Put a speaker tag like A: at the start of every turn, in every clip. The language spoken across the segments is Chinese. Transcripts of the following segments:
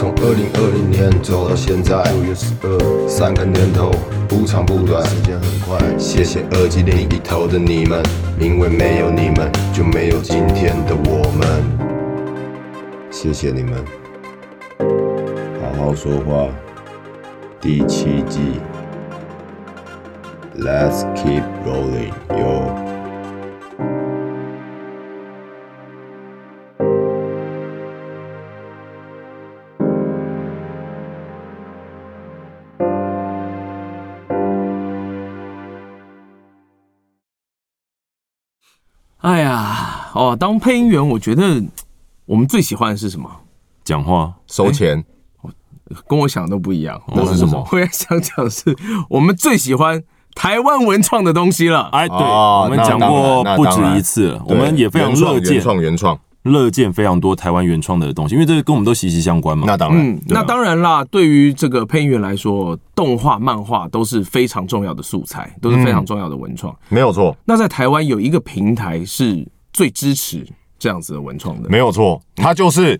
A: 二零年走到现在，六月十二，三个年头不长不短，时间很快。谢谢耳机另一头的你们，因为没有你们，就没有今天的我们。谢谢你们，好好说话。第七季，Let's keep rolling yo。
B: 哎呀，哦，当配音员，我觉得我们最喜欢的是什么？
C: 讲话
A: 收钱，
B: 跟我想的都不一样。哦
C: 那是什么
B: 我也想讲的是，我们最喜欢台湾文创的东西了。
C: 哎，对，
A: 哦
C: 我们
A: 那
C: 讲
A: 当然
C: 过
A: 那
C: 不
A: 当
C: 止
A: 然
C: 一次了，我
A: 对
C: 们也非常
A: 哎原创
C: 乐
A: 原
C: 见
A: 创原创，
C: 乐见非常多台湾原创的东西，因为这个跟我们都息息相关嘛。
A: 那当然，
B: 嗯，
C: 啊
B: 那当然啦，对于这个配音员来说，动画、漫画都是非常重要的素材，都是非常重要的文创。
C: 嗯
A: 没有错，
B: 那在台湾有一个平台是最支持这样子的文创的
A: 没有错，它就是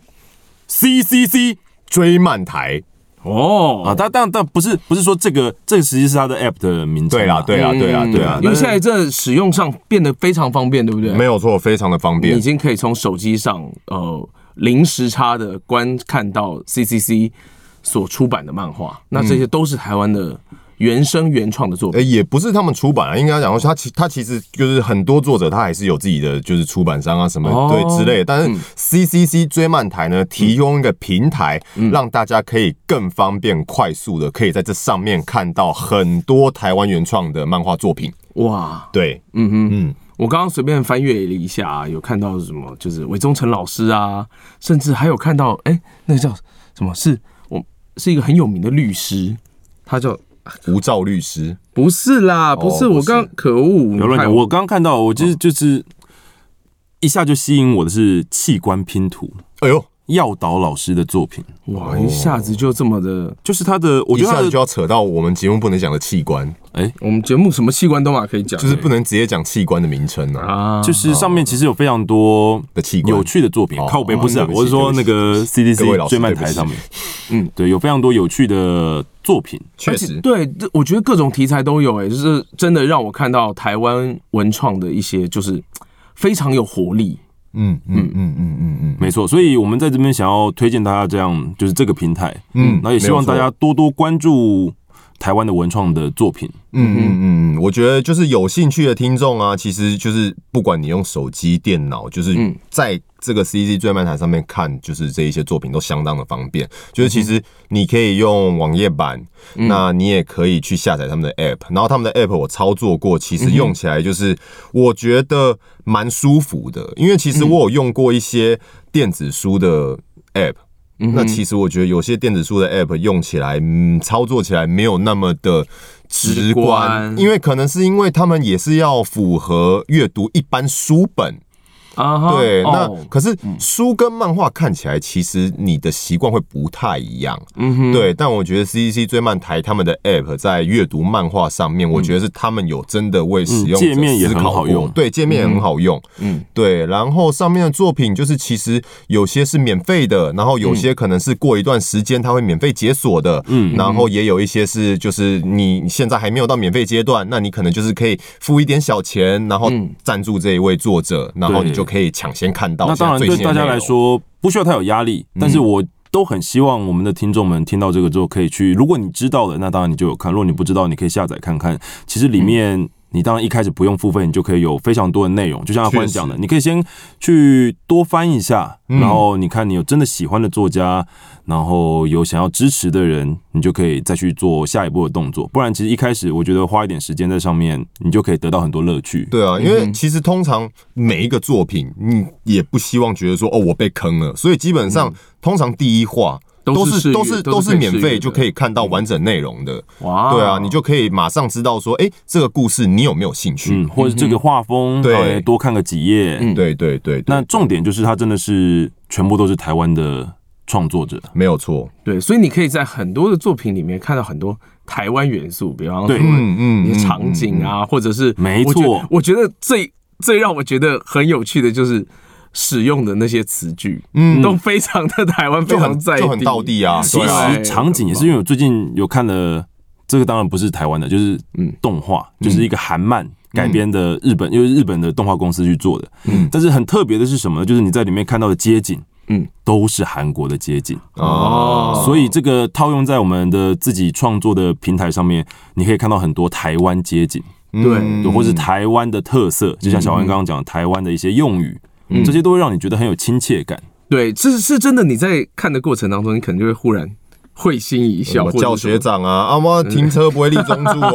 A: C C C 追漫台。
B: 哦
C: 啊，但但但不是不是说这个这个实际是它的 app 的名称
A: 对啦，
C: 啊，
A: 对啦，对啦，对啦
B: 因，
A: 那
B: 为现在这使用上变得非常方便，对不对？
A: 没有错，非常的方
B: 你已
A: 便。
B: 经可以从手机上呃零时差的观看到 CCC 所出版的漫画，那这些都是台湾的原生原创的作
A: 呃，
B: 品。
A: 也不是他们出版啊，应该讲说他其他其实就是很多作者他还是有自己的就是出版商啊什么、
B: 哦
A: 对之类的，但是 C C C 追漫台呢提供一个平台，让大家可以更方便快速的可以在这上面看到很多台湾原创的漫画作品。
B: 哇，
A: 对，
B: 我刚刚随便翻阅了一下、啊有看到什么，就是韦忠诚老师啊，甚至还有看到哎、那个叫什么是我是一个很有名的律师，他叫
A: 吴兆律师，
B: 不是啦，不是、
A: 不
B: 我刚可恶，
C: 不要乱
B: 害
C: 讲。我刚刚看到，我其实就是一下就吸引我的是器官拼图
A: 哎呦，
C: 药导老师的作品，
B: 哇，一下子就这么的，
C: 就是他的，我
A: 一
C: 觉
A: 下
C: 得他
A: 子就
C: 的
A: 要扯到我们节目不能讲的器官，
B: 我们节目什么器官都嘛可以讲，
A: 就是不能直接讲器官的名称啊
B: 啊，
C: 就是上面其实有非常多
A: 的器官
C: 有趣的作品
A: 哦，
C: 靠北
A: 哦
C: 不是啊，
A: 对不起
C: 我是说那个
A: 各位老师
C: CDC 追漫台上面，嗯，对，有非常多有趣的作品。
A: 确
B: 而且
A: 实，
B: 对，这我觉得各种题材都有、欸，哎，就是真的让我看到台湾文创的一些，就是非常有活力。
A: 嗯嗯嗯嗯嗯嗯，
C: 没错，所以我们在这边想要推荐大家这样，就是这个平台，
A: 嗯
C: 嗯，那也希望大
A: 没有
C: 家多多关注台湾的文创的作品，
A: 嗯嗯嗯，嗯，我觉得就是有兴趣的听众啊，其实就是不管你用手机、电脑，就是在这个 C C 最漫台上面看，就是这一些作品都相当的方便。就是其实你可以用网页版，
B: 嗯
A: 那你也可以去下载他们的 App，然后他们的 App 我操作过，其实用起来就是我觉得蛮舒服的，因为其实我有用过一些电子书的 App。那
B: 嗯
A: 其实我觉得有些电子书的 App 用起来，嗯，操作起来没有那么的直
B: 直
A: 观
B: 观，
A: 因为可能是因为他们也是要符合阅读一般书本，
B: 啊哈，
A: 对。那
B: 哦
A: 可是
C: 嗯
A: 书跟漫画看起来，其实你的习惯会不太一样，
B: 嗯哼，
A: 对。但我觉得 C C 追漫台他们的 App 在阅读漫画上面，我觉得是他们有真的为使用
C: 嗯界面也
A: 者思
C: 很
A: 考
C: 好
A: 过
C: 用
A: 对，界面也很好用，
B: 嗯，
A: 对，然后上面的作品就是其实有些是免费的，然后有些可能是过一段时间它会免费解锁的，嗯，然后也有一些是就是你现在还没有到免费阶段，那你可能就是可以付一点小钱，然后赞助这一位作者，然后你就可以抢先看到
C: 那
A: 现
C: 当
A: 在
C: 然
A: 最
C: 对
A: 新的内容。嗯
C: 大家来说不需要太有压力，但是我都很希望我们的听众们听到这个之后可以去，如果你知道了，那当然你就有看；如果你不知道，你可以下载看看。
A: 嗯
C: 其实里面你当然一开始不用付费，你就可以有非常多的内容，就像阿
A: 确
C: 欢
A: 实嗯
C: 讲的，你可以先去多翻一下，然后你看你有真的喜欢的作家，然后有想要支持的人，你就可以再去做下一步的动作。不然，其实一开始我觉得花一点时间在上面，你就可以得到很多乐趣。
A: 对啊，因为其实通常每一个作品，你也不希望觉得说哦我被坑了，所以基本上、通常第一话
B: 都是
A: 是
B: 试阅
A: 都是
B: 都
A: 都是
B: 是可以
A: 免
B: 试阅
A: 费
B: 的
A: 就可以看到完整内容的。
B: 哇哦
A: 对啊，你就可以马上知道说，哎、这个故事你有没有兴趣？
C: 嗯，或者这个画风，
A: 对
C: 然后也多看个几页。
B: 嗯
A: 对对对对，
C: 那重点就是它真的是全部都是台湾的创作者，
A: 没有错。
B: 对，所以你可以在很多的作品里面看到很多台湾元素，比方说
C: 对
A: 嗯
B: 你的场景啊，或者是
C: 没
B: 我觉
C: 错
B: 我觉得最最让我觉得很有趣的就是使用的那些词句，
A: 嗯
B: 都非常的台湾，非
A: 就
B: 常
A: 很
B: 在
A: 就很道地啊，
C: 其
A: 对啊，
C: 实场景也是因为我最近有看了，这个当然不是台湾的，就是
B: 嗯
C: 动画，就是一个韩漫改编的日本，因为日本的动画公司去做的。
A: 嗯
C: 但是很特别的是什么呢？就是你在里面看到的街景，
B: 嗯，
C: 都是韩国的街景。
B: 哦
C: 所以这个套用在我们的自己创作的平台上面，你可以看到很多台湾街景，
A: 嗯
C: 或是台湾的特色，就像小安刚刚讲的，台湾的一些用语，
B: 嗯
C: 这些都会让你觉得很有亲切感。
B: 对，是是真的。你在看的过程当中，你可能就会忽然会心一
A: 什
B: 笑，
A: 么
B: 或者
A: 叫
B: 是什么
A: 嗯学。长啊，啊
B: 嗯
A: 妈停车不会立中柱哦，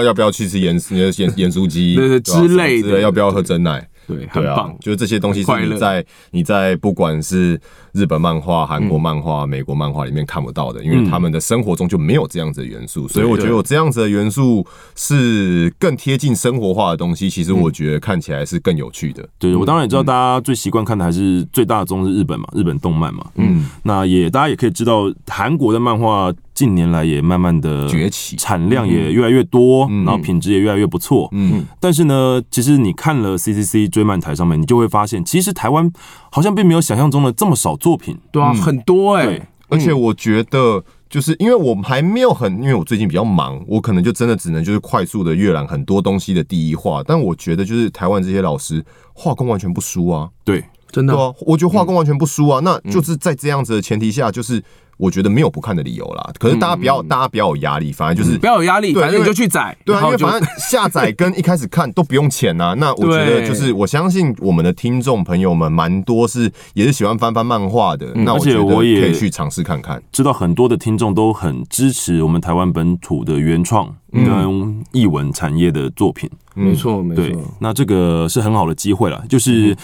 A: 啊要不要去吃盐盐盐盐酥鸡，
B: 对对
A: 啊什么
B: 之类的
A: 要不要喝真奶？
B: 对，很
A: 对啊
B: 棒，，
A: 就是这些东西
B: 很快
A: 是
B: 乐
A: 你在你在不管是日本漫画、韩国漫画、美国漫画里面看不到的，因
B: 嗯
A: 为他们的生活中就没有这样子的元素，所以我觉得有这样子的元素是更贴近生活化的东西，其实
B: 嗯
A: 我觉得看起来是更有趣的。
C: 对，我当然也知道
A: 嗯
C: 大家最习惯看的还是最大宗是日本嘛，日本动漫嘛。
A: 嗯，
C: 那也大家也可以知道，韩国的漫画近年来也慢慢
B: 嗯
C: 的
A: 崛起
C: 产量也越来越多，然后品质也越来越不错。
A: 嗯，
C: 但是呢，其实你看了 CCC 追漫台上面，你就会发现，其实台湾好像并没有想象中的这么少作品。
B: 对啊，很多哎、
C: 嗯对
A: 而且我觉得，就是因为我们还没有很，因为我最近比较忙，我可能就真的只能就是快速的阅览很多东西的第一话。但我觉得，就是台湾这些老师画工完全不输啊，
C: 对，
B: 真的
A: 对啊，我觉得画
B: 嗯
A: 工完全不输啊。那就是在这样子的前提下，就是我觉得没有不看的理由
B: 嗯
A: 啦。可是大家不要，大家不要有压力，反正就是
B: 不。要有压力，
A: 对
B: 反正
A: 因
B: 你
A: 为
B: 就去宰，
A: 对啊，因
B: 然后
A: 为
B: 嗯就
A: 反正下载跟一开始看都不用钱呐、那我觉得
B: 对
A: 就是，我相信我们的听众朋友们蛮多是也是喜欢翻翻漫画
B: 嗯
A: 的，那
C: 而
A: 我觉
C: 且
A: 得
C: 我
A: 可
C: 也
A: 以去尝试看看。
C: 知道很多的听众都很支持我们台湾本土的原创
A: 嗯
C: 跟译文产业的作品。
B: 没错没
C: 嗯对
B: 错，，嗯
C: 那这个是很好的机会了，就是。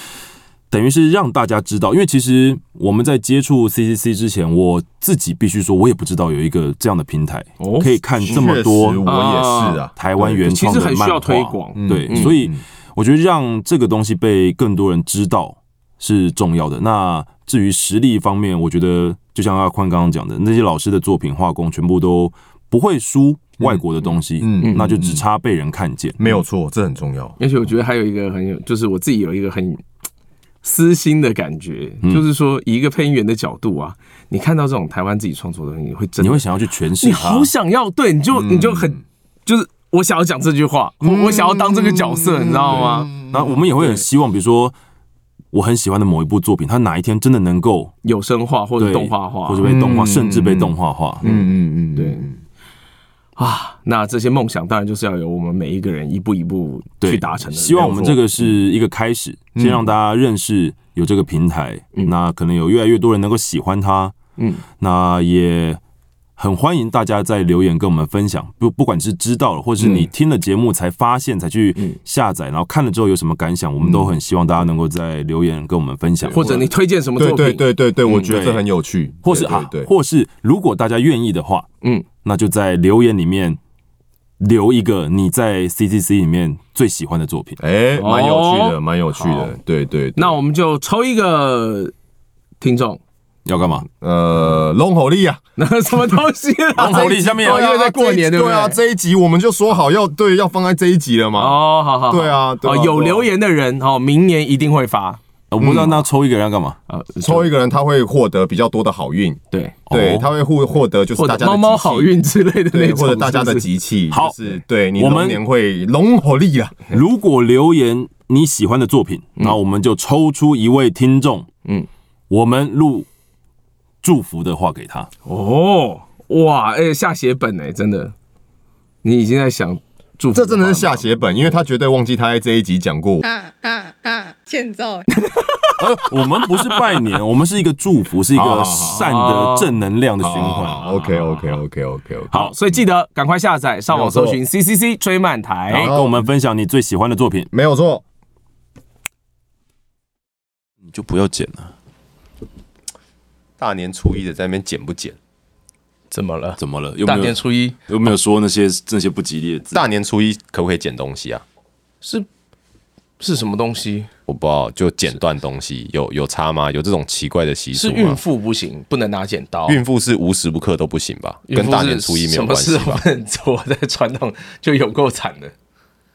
C: 等于是让大家知道，因为其实我们在接触 CCC 之前，我自己必须说，我也不知道有一个这样的平台、
B: 哦
C: 可以看这
A: 确
C: 么
A: 实
C: 多
A: 我也是啊，
C: 台湾原
B: 其
C: 创
B: 实
C: 的
B: 很
C: 漫
B: 需
C: 画
B: 要推广。
C: 对，
B: 嗯
C: 所以我觉得让这个东西被更多人知道是重要的。那至于实力方面，我觉得就像阿宽刚刚讲的，那些老师的作品画工全部都不会输外国的东西，
A: 嗯嗯
C: 那就只差被人看见。
A: 没有错，这很重要。
B: 而且我觉得还有一个很有，就是我自己有一个很私心的感觉，
C: 嗯
B: 就是说以一个配音员的角度啊，你看到这种台湾自己创作的东西，你会真
C: 你
B: 的
C: 会想要去诠释
B: 你
C: 它
B: 好，想要对，你就
A: 嗯
B: 你就很就是我想要讲这句话，我我想要当这个角色，你知道
A: 嗯
B: 吗？
C: 那我们也会很希望，比如说我很喜欢的某一部作品，它哪一天真的能够
B: 有声化或者
C: 对
B: 动画化，
C: 或者被动画，
A: 嗯
C: 甚至被动画化。
A: 嗯嗯嗯，
B: 对啊，那这些梦想当然就是要由我们每一个人一步一步
C: 对
B: 去达成的。
C: 希望我们这个是一个开始，
B: 嗯
C: 先让大家认识有这个平台，那可能有越来越多人能够喜欢它。
B: 嗯，
C: 那也很欢迎大家在留言跟我们分享，不不管是知道了，或是
B: 嗯
C: 你听了节目才发现才去下载，然后看了之后有什么感想，我们都很希望大家能够在留言跟我们分享，
B: 嗯或者你推荐什么作
A: 对
B: 品？
A: 对对对对，
B: 嗯
A: 我觉得
C: 对
A: 这很有趣，
C: 或是
A: 对
C: 啊
A: 对，对，
C: 或是如果大家愿意的话，
B: 嗯，
C: 那就在留言里面留一个你在 CCC 里面最喜欢的作品。
A: 哎，蛮有趣
B: 哦
A: 的，蛮有趣
B: 好
A: 的，对对。对
B: 那我们就抽一个听众，
C: 要干嘛？
A: 呃，龙吼力啊，
B: 那什么东西 啊？
C: 龙吼力下面
B: 哦因为在过年
A: 这
B: 对
A: 一
B: 不
A: 对
B: 对
A: 啊，这一集我们就说好要对要放在这一集了嘛。
B: 哦，好好，好
A: 对啊对啊
B: 哦
A: 对啊
B: 有留言的人哦，明年一定会发。
C: 我不知道那抽一个人要干 嘛？
B: 呃，
A: 抽一个人，他会获得比较多的好运，
B: 对，
A: 对
C: 哦，
A: 他会获获得就是
B: 或
A: 大
B: 者
A: 家的集
B: 猫猫
A: 气
B: 好，运之类的那
A: 对，
B: 种，
A: 或者大家的
B: 是不是
A: 集气，
C: 好
A: 就是对你
C: 我
A: 龙
C: 们
A: 年会龙吼力啊，
C: 如果留言你喜欢的作品，然后我们就抽出一位听众，
B: 嗯
C: 嗯，我们录祝福的话给他。
B: 哦，哇，哎，下血本哎，真的，你已经在想祝福，
A: 这真的是下。血本，因为他绝对忘记他在这一集讲过。
D: 啊啊啊！欠揍！
C: 呃，我们不是拜 年，我们是一个祝福，是一
A: 好好
C: 个
A: 好
C: 善的正能量的循环。
A: OK OK OK OK OK，
B: 好，所以记得赶快下载，上网搜寻 C C C 追漫
C: 然
B: 台。
C: 后跟我们分享你最喜欢的作品，
A: 没有错。
C: 你就不要剪了。
A: 大年初一的在那边剪不剪？
E: 怎么了？
C: 怎么了？有
E: 大
C: 没
E: 年
C: 有
E: 初一
C: 有没有说那些那些不吉利的字？
A: 大年初一可不可以剪东西啊？
E: 是是什么东西？
A: 我不知道，就剪断东
B: 嗯
A: 西有有差吗？有这种奇怪的习
E: 是
A: 俗
E: 孕
A: 吗？
E: 妇不行，不能拿剪刀。
B: 哦
A: 孕妇是无时无刻都不行吧？
E: 孕妇
A: 跟大年初一
B: 啊
A: 没有关系
E: 是什么
A: 吧
E: 事？都不能做，在传统就有够惨的。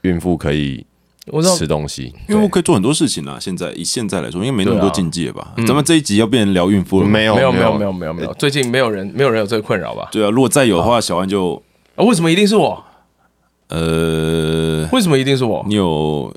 A: 孕妇可以
B: 我知道
A: 吃东 西，
C: 因为我可以做很多事情啊。现在以现在来说，应该没那么
B: 对啊
C: 多禁忌了吧？咱们这一集要变成聊孕妇了吗，
A: 嗯没有
B: 没有没有没
A: 有，
B: 有没有没有，最近没有人没有人有这个困扰吧？
C: 对啊，如果再有的话，小安就
B: 啊，为什么一定是我？
C: 呃，
B: 为什么一定是我？
C: 你有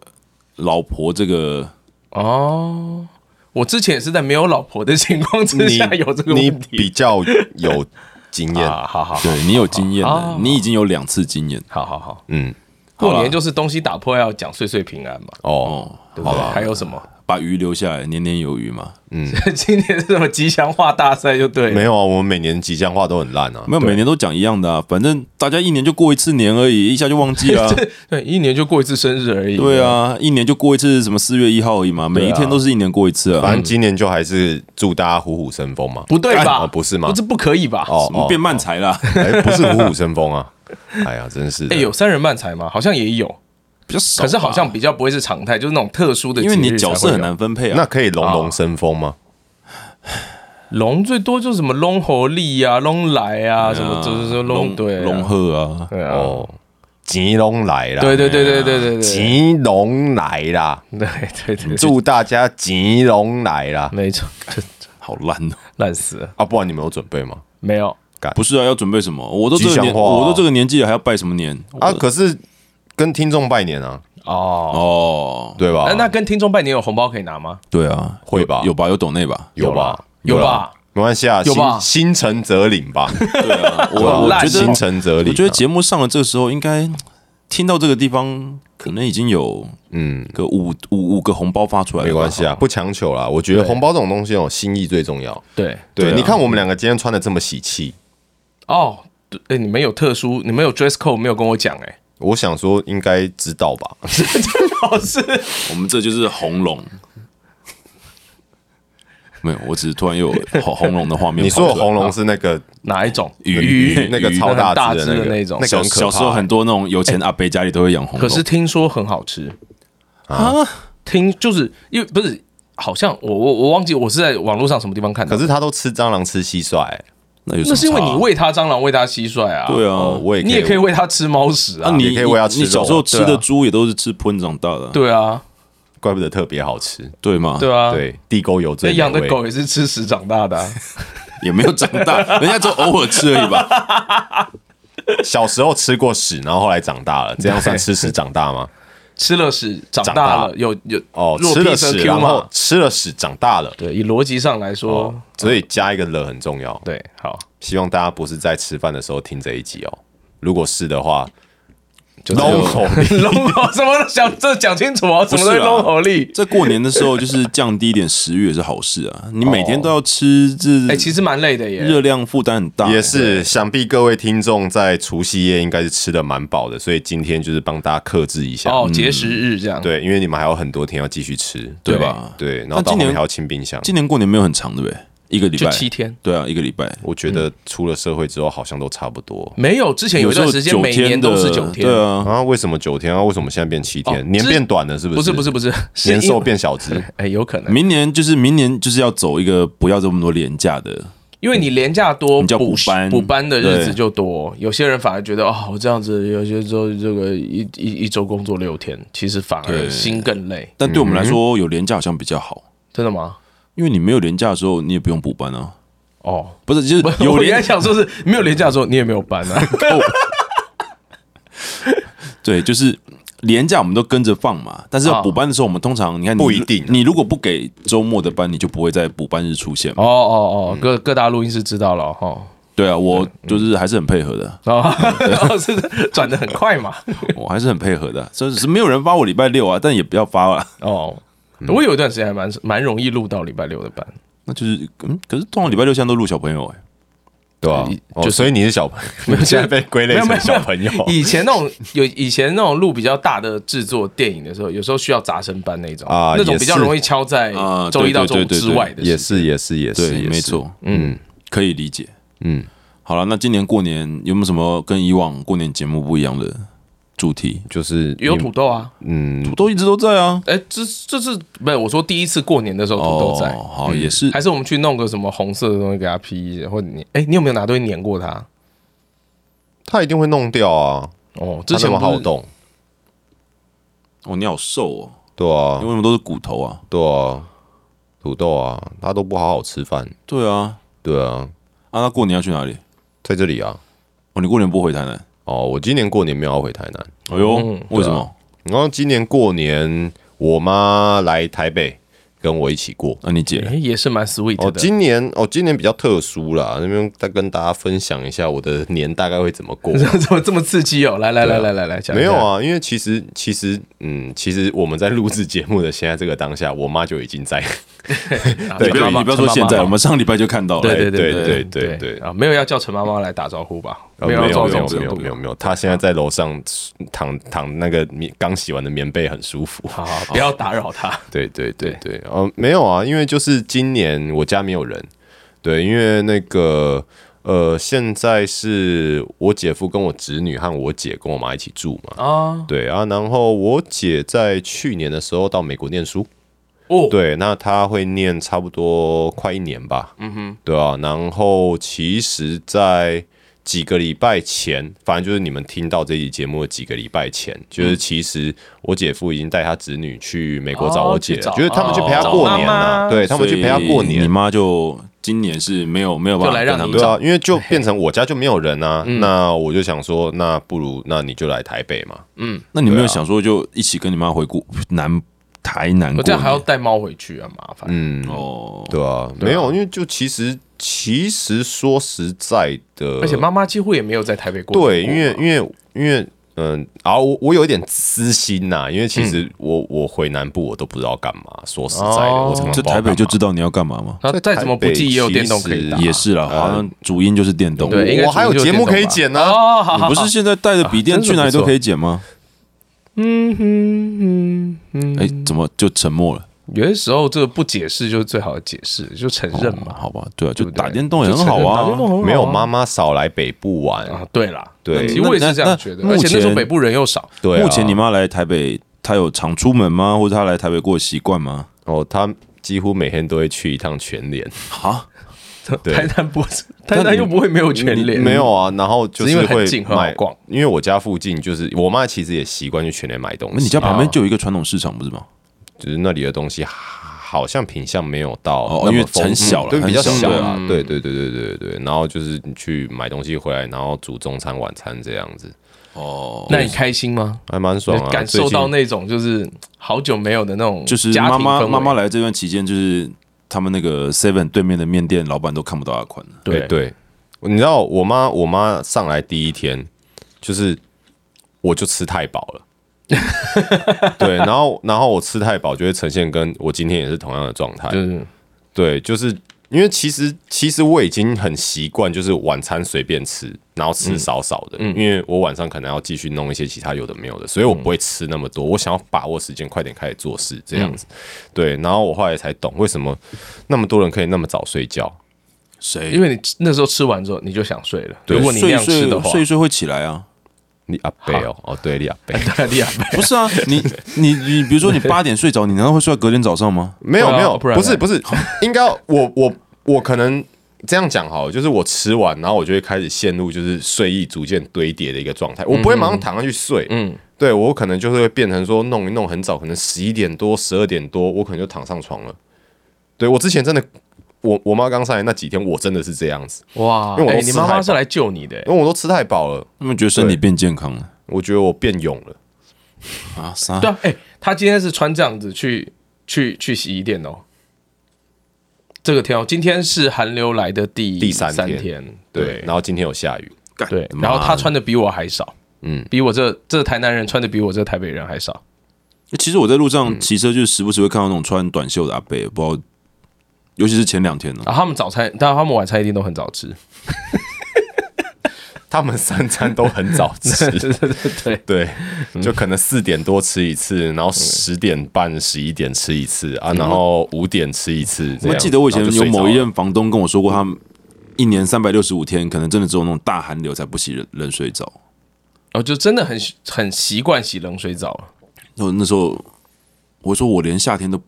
C: 老婆这个
B: 哦，我之前也是在没有老婆的情况之
A: 你
B: 下有这个
A: 你
B: 问题
A: 比较有经验，
B: 啊，好好好
C: 对你有经验
B: 啊
C: 的，
A: 哦
C: 你已经有两次经验
B: 好好好，
A: 嗯，
B: 过
C: 好啦
B: 年就是东西打破要讲岁岁平安嘛，
A: 哦，
C: 哦，
B: 对不对？还有什么？
C: 把鱼留下来，年年有余嘛。
A: 嗯
B: 今年是什么吉祥话大赛就对了，
A: 没有啊，我们每年吉祥话都很烂啊，
B: 嗯
C: 没有，每年都讲一样的啊，反正大家一年就过一次年而已，一下就忘记 了啊。
B: 对，一年就过一次生日而已。
C: 对，啊，一年就过一次，什么四月一号而已嘛，每一天都是一年过一次啊
A: 反。正今年就还是祝大家虎虎生风嘛，
B: 不对吧？
C: 哎
A: 哦不是吗
B: 不？是不可以吧？
A: 哦
C: 怎么
A: 哦，
C: 变慢财啦？
A: 哎，不是虎虎生风 啊，哎呀，真是的
B: 哎，，有三人漫才吗？好像也有，
C: 比较啊少吧，
B: 可是好像比较不会是常态，就是那种特殊的节
C: 因
B: 日才
C: 为
B: 会有，
C: 你角色很难分配啊。
A: 那可以龙龙生风吗？
B: 龙最多就是什么龙猴力啊、龙来啊，什么就是说龙对啊
C: 嗯龙鹤啊，
B: 对啊，
A: 哦，吉龙来啦，
B: 对对对对对对对，
C: 哦
B: 对
A: 吉龙来啦，
B: 对对对，
A: 祝大家吉龙来啦！
B: 没错，就
C: 好烂哦！
B: 烂死了，
A: 啊，不然你们有准备吗？
B: 没有
C: 不是啊，要准备什么？我都这
A: 吉
C: 个
A: 祥
C: 年，
A: 话啊
C: 我都这个年纪了，还要拜什么年
A: 啊，
C: 我
A: 可是跟听众拜年啊，
B: 哦。哎
C: 哦，
A: 对吧
B: 那？那跟听众拜年有红包可以拿吗？
C: 对啊，
A: 会吧
C: 有有吧，有懂内吧？
A: 有吧？
B: 有
A: 啦
B: 吧？
A: 没关系啊，
B: 有吧
A: 心心诚则灵吧。
C: 对啊，我
A: 我
C: 我
B: 烂
C: 觉
B: 死
C: 得
A: 心诚则灵啊。
C: 我觉得节目上了这个时候，应该听到这个地方，可能已经有
A: 嗯，
C: 个五五五个红包发出来了吧，
A: 没关系啊，不强求啦。我觉得红包这种东西哦，心意最重要。
B: 对，
A: 对，
C: 对啊
A: 你看我们两个今天穿的这么喜气，
B: 哦，对，哎，你们有特殊，你们有 dress code 没有跟我讲？哎，
A: 我想说应该知道吧？
B: 老师，
C: 我们这就是 红龙。没有，我只是突然又有红红龙的画面
A: 你
C: 跑出来。
A: 说的红龙是那个
B: 哪一种
C: 鱼
A: 那个超大只
B: 那很大只
A: 那
B: 的
A: 个
B: 那种
A: 那个
C: 小
A: 很可
C: 小
A: 怕
C: 时候很多那种有钱阿伯家里都会养红龙，
B: 可是听说很好吃
A: 啊，
B: 听就是因为不是，好像我我我忘记我是在网络上什么地方看到
A: 可
B: 的，
A: 是他都吃蟑螂吃蟋蟀，
C: 那有
B: 那
C: 什么
B: 是因为
C: 差啊
B: 你喂它蟑螂，喂它蟋蟀啊，
C: 对啊
A: 哦，，我也
B: 你也可以喂它吃猫屎啊
C: 啊，，你
A: 也可以喂它吃
C: 你
A: 肉啊
C: 小时候吃
B: 对啊
C: 的猪也都是吃喷长大的啊，
B: 对啊，
A: 怪不得特别好吃。
C: 对吗？
B: 对啊，。
A: 对，地沟油
B: 那
A: 最
B: 养的
A: 美味
B: 狗也是吃屎长大的啊、
C: 也没有长大，人家就偶尔吃而已 吧。
A: 小时候吃过屎，然后后来长大 了，这样算吃屎长大吗？
B: 吃了屎长
A: 长大
B: 大了，
A: 了
B: 有有
A: 哦，
B: 弱
A: 吃了
B: P 则
A: 屎，
B: Q
A: 然后
B: 嘛？
A: 吃了屎长大了，
B: 对，以逻辑上来说，
A: 哦，所以加一个了很重要。
B: 对，好，
A: 希望大家不是在吃饭的时候听这一集哦，如果是的话，
B: 就
A: 龙 口令
B: 龙头什么想这讲清楚哦，什么东
C: 不是
B: 西
C: 啦
B: 龙头力？
C: 在过年的时候，就是降低一点食欲也是好事啊。你每天都要吃，这
A: 哦
B: 哎、其实蛮累的耶。
C: 热量负担很大，欸
A: 也是，想必各位听众在除夕夜应该是吃的蛮饱的，所以今天就是帮大家克制一下。
B: 哦，节食日这样。
A: 对，因为你们还有很多天要继续吃，
C: 对吧？
A: 对，然后到
C: 那今
A: 后
C: 年
A: 面还要清冰箱。
C: 今年过年没有很长，对不对？一个礼
B: 就
C: 拜，
B: 七天。
C: 对啊，一个礼拜。
A: 我觉
B: 嗯
A: 得出了社会之后，好像都差不多。
B: 没有，之前有一
C: 时
B: 段
C: 候
B: 时间
C: 九
B: 每年
C: 天的
B: 都是九天，
C: 对啊，
A: 啊，为什么九天啊？为什么现在变七
B: 哦
A: 天？年
B: 之
A: 变短了是不是？
B: 不是不是不是，是
A: 年
B: 因
A: 兽变小只，
B: 哎、有可能，
C: 明年就是明年就是要走一个不要这么多廉价的，
B: 因为你廉价多，
C: 你叫
B: 补
C: 补班
B: 补班的日子
C: 对
B: 就多，有些人反而觉得哦，我这样子，有些时候这个一一一周工作六天，其实反而
C: 对
B: 心更累，
C: 但对我们来说有廉价好像比较好，
B: 真的吗？
C: 因为你没有廉价的时候你也不用补班啊，
B: 哦，
C: 不是就
B: 不
C: 是
B: 是，
C: 有
B: 我原
C: 廉
B: 来想说是没有廉价的时候，你也没有班 啊，
C: 对，就是廉价我们都跟着放嘛，但是
B: 啊
C: 要补班的时候，我们通常你看你
A: 不一定啊
C: 你如果不给周末的班，你就不会在补班日出现嘛。
B: 哦哦哦，
C: 嗯
B: 各各大录音师知道了哈。
C: 对啊，我就是还是很配合的，
B: 哦，哦 是的转的很快嘛。
C: 我还是很配合的，所以是没有人发我礼拜六啊， 但也不要发了。
B: 哦，
C: 嗯
B: 我有一段时间还蛮蛮容易录到礼拜六的班，
C: 那就是，嗯，可是通常礼拜六现在都录小朋友哎、
A: 对吧？
B: 呃就
A: 哦，
B: 是
A: 所以你是小朋友，你现在被归类
B: 没有没
A: 成
B: 有
A: 小朋友。
B: 以前那种有以前那种录比较大的制作电影的时候，有时候需要杂声班那种
A: 啊
B: 那种
A: 也
B: 比较
A: 是
B: 容易敲在
C: 啊
B: 周一到周
C: 对
B: 五
C: 对对对
B: 之外的
A: 也
B: 时间。
A: 是也是也是，
C: 对，
A: 也
C: 没
A: 是。
C: 错，嗯，可以理解，嗯。好了，那今年过年有没有什么跟以往过年节目不一样的主题？
A: 就是
B: 有
A: 你
B: 土豆啊，
A: 嗯，
C: 都一直都在啊，
B: 哎，这这是不是我说第一次过年的时候土豆在，
C: 哦、好，也是
B: 还是我们去弄个什么红色的东西给它披一下，或者你哎，你有没有拿东西粘过它？
A: 他一定会弄掉啊。
B: 哦，
A: 它
B: 之前
A: 那么
B: 不是
A: 好动，
C: 哦，你好瘦哦，
A: 对
C: 你
A: 啊
C: 为，什么都是骨头啊？
A: 对啊，土豆啊，他都不好好吃饭，
C: 对啊，
A: 对啊，
C: 啊，那过年要去哪里？
A: 在这里啊，
C: 哦，你过年不回台南？
A: 哦，我今年过年没有要回台南，
C: 哎呦，为
A: 对
C: 什么
A: 啊？然后今年过年我妈来台北跟我一起过。
C: 那你姐嘞
B: 哎也是蛮 sweet
A: 哦，
B: 的。
A: 今年哦，今年比较特殊啦，那边再跟大家分享一下我的年大概会怎么 过。
B: 怎 么这么刺激哦？来来来来来来，讲一
A: 没有
B: 下，
A: 啊，因为其实其实嗯，其实我们在录制节目的现在这个当下，我妈就已经在。
B: 对啊
C: 你不要
B: 陈妈妈
C: 你不要说现
B: 陈妈
C: 在，
B: 妈
C: 我们哎上礼拜就看到了。
B: 对对
A: 对对
B: 对
A: 对对
B: 啊，没有要叫陈妈妈来打招呼吧？
A: 呃
B: 没有
A: 没
B: 要
A: 有
B: 照
A: 没
B: 这
A: 有没
B: 种程
A: 有
B: 度
A: 没。有没有，她现在在楼上躺躺那个棉刚洗完的棉被很舒服。
B: 好好，不要打扰他。
A: 对对对对，呃，没有啊，因为就是今年我家没有人，对，因为那个呃，现在是我姐夫跟我侄女和我姐跟我妈一起住嘛，
B: 啊
A: 对啊，然后我姐在去年的时候到美国念书，
B: 哦，
A: 对，那她会念差不多快一年吧，嗯哼，对啊，然后其实，在几个礼拜前，反正就是你们听到这期节目的几个礼拜前，
B: 嗯
A: 就是其实我姐夫已经带他侄女去美国找我姐了，
B: 哦去找
A: 就是他们去陪她过年
B: 哦找妈
A: 啊，
B: 妈
A: 对他们去陪她过
C: 所以你
A: 年。啊
C: 妈就今年是没有没有办
B: 就
C: 法
B: 来
C: 跟
B: 让
C: 他
B: 你
C: 们
A: 对啊，因为就变成我家就没有人 啊，
B: 嗯
A: 那我就想说，那不如那你就来台北嘛。
C: 那你有没有
A: 对啊
C: 想说就一起跟你妈回故南台南
B: 我
C: 过年？
B: 这样还要带猫回去啊，麻烦。
A: 嗯，
C: 哦，
A: 对啊，没有，因为就其实其实说实在的，
B: 而且妈妈几乎也没有在台北过年过。
A: 对，因为因为因为嗯啊，我我有一点私心呐、因为其实我、我回南部我都不知道干嘛。说实在的，
B: 嗯哦
A: 我常常
C: 这
A: 不知道
C: 台北
A: 干
C: 就
A: 嘛
C: 知道你要干嘛吗？
B: 然后再怎么不济也有电动可以打。
C: 也是啦，
A: 呃
C: 好像主音就是电动。
B: 啊对，应该
A: 我还有
B: 主要就是
A: 节目可以
B: 电动
A: 剪
B: 吧
A: 啊呢、
B: 哦，好
C: 你
B: 好
C: 不
B: 好
C: 是现在带着笔电
B: 啊真是
C: 去哪里
B: 不错
C: 都可以剪吗？
B: 嗯哼嗯
C: 哎，怎么就沉默了？
B: 有些时候这个不解释就是最好的解释，就承认
C: 哦
B: 嘛。
C: 好吧，对啊，
B: 对
C: 就
B: 不对
C: 打电动也很
B: 就
C: 好
B: 承认打电动
C: 啊。
B: 很好啊
A: 没有妈妈少来北部玩，
B: 啊，对啦，
A: 对
B: 其实我也是这样觉得，
C: 嗯那那
B: 而且那时
C: 目前
B: 候北部人又少，
A: 对、啊。
C: 目前你妈来台北，她有常出门吗？或者她来台北过的习惯吗？
A: 哦，她几乎每天都会去一趟全联，
C: 哈，
A: 对
B: 台南不是台南又不会没有全联，
A: 没有啊，然后就
B: 只是因
A: 是
B: 为很
A: 会
B: 近很好
A: 买
B: 逛，
A: 因为我家附近就是我妈其实也习惯去全联买东
C: 你
A: 西，
C: 家旁边就有一个传统市场，不是吗？
A: 就是那里的东西好像品相没有到
C: 哦
A: 那么
C: 因为
A: 丰富
C: 很小了
A: 对，
C: 很
A: 比较
C: 小
A: 小
C: 对
A: 啊
C: 啊，
A: 对对对对对对对。然后就是你去买东西回来，然后煮中餐、晚餐这样子，
C: 哦，
B: 那你开心吗？
A: 还蛮爽啊。
B: 感
A: 最
B: 受
A: 近
B: 到那种就是好久没有的那种，
C: 就是
B: 家庭
C: 妈
B: 氛
C: 妈
B: 围
C: 妈妈来这段期间，就是他们那个 Seven 对面的面店老板都看不到他款了。
A: 哎
B: 对，
A: 对，你知道我妈我妈上来第一天，就是我就吃太饱了。对，然后然后我吃太饱就会呈现跟我今天也是同样的状态，
B: 就是
A: 对，就是因为其实其实我已经很习惯，就是晚餐随便吃，然后吃少少的，因为我晚上可能要继续弄一些其他有的没有的，所以我不会吃那么多。我想要把握时间，快点开始做事这样子。对，然后我后来才懂为什么那么多人可以那么早睡觉。
C: 谁？
B: 因为你那时候吃完之后你就想睡了，
A: 对
B: 如果你那
C: 睡一
B: 样吃
C: 睡
B: 的话，
C: 睡一睡会起来啊。
A: 你阿贝哦，哦对，你阿贝
B: 厉害。
C: 不是啊，你你你，比如 说你八点睡着，你难道会睡到隔天早上吗？
A: 没有
B: 对啊
A: 没有，
B: 不然
A: 不是
B: 嘞
A: 不是， 应该我我我可能这样讲好了，就是我吃完，然后我就会开始陷入就是睡意逐渐堆叠的一个状态，我不会马上躺下去睡，嗯，对我可能就是会变成说弄一弄很早，可能十一点多、十二点多，我可能就躺上床了。对我之前真的，我我妈刚上来那几天，我真的是这样子，
B: 哇，
A: 因为我
B: 哎、
A: 都
B: 你
A: 吃
B: 妈
A: 太
B: 妈
A: 饱
B: 是来救你的、哎
A: 因为我都吃太饱了，
C: 他们觉得身体变健康了
A: 我觉得我变勇了。
C: 啊？啥？
B: 对啊，哎、她今天是穿这样子去去去洗衣店哦。这个天哦，今天是寒流来的第
A: 第三
B: 三
A: 天
B: 天，
A: 对，然后今天有下雨，
B: 对，
C: 妈的
B: 然后她穿的比我还少，
A: 嗯
B: 嗯，比我这这台南人穿的比我这台北人还少。
C: 其实我在路上
B: 嗯
C: 骑车，就是时不时会看到那种穿短袖的阿伯，不知道，尤其是前两天呢、
B: 啊，他们早餐，但他们晚餐一定都很早吃。
A: 他们三餐都很早吃
B: 对。对对对，
A: 对，
B: 嗯
A: 就可能四点多吃一次，然后十点半、十一点吃一次啊，然后五点吃一次。这
C: 我
A: 样
C: 记得我以前
A: 然后就
C: 有
A: 睡着
C: 某一
A: 了
C: 任房东跟我说过，他们一年三百六十五天，可能真的只有那种大寒流才不洗冷冷水澡。
B: 我哦就真的很很习惯洗冷水澡了，
C: 那我那时候我说我连夏天都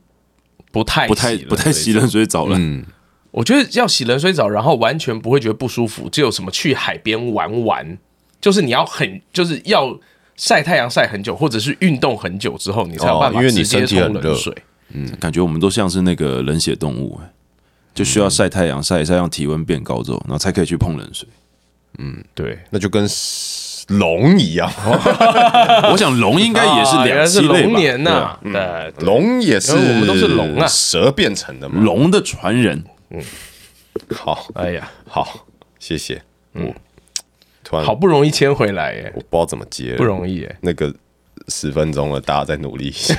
B: 不太
C: 不
A: 哎
C: 太
B: 洗冷
C: 不
B: 水
C: 太洗
B: 澡
C: 冷水澡了。嗯，
B: 我觉得要洗冷水澡，然后完全不会觉得不舒服，只有什么去海边玩玩，就是你要很就是要晒太阳晒很久，或者是运动很久之后，你才有
A: 哦
B: 办法
A: 因为你
B: 直接
A: 身体
B: 冲
A: 很
B: 冷
A: 热
B: 水。
C: 感觉我们都像是那个冷血动物、哎，就需要晒太阳晒一晒，让体温变高之后，然后才可以去碰冷 水。
B: 对，
A: 那就跟龙一样，
B: 哦
C: 我想龙应该也是
B: 啊原来
C: 两
B: 是
C: 栖类吧
B: 龙年
C: 对
B: 呐
C: 啊，
B: 对，
A: 龙也是，
B: 因为我们都是龙啊
A: 蛇变成的嘛。
C: 龙的传人，
A: 好
B: 哎呀，
A: 好，谢谢。我突然
B: 嗯好不容易牵回来耶
C: 嗯
A: 我，不知道怎么接了，
B: 不容易耶。
A: 那个十分钟了，大家再努力一 下。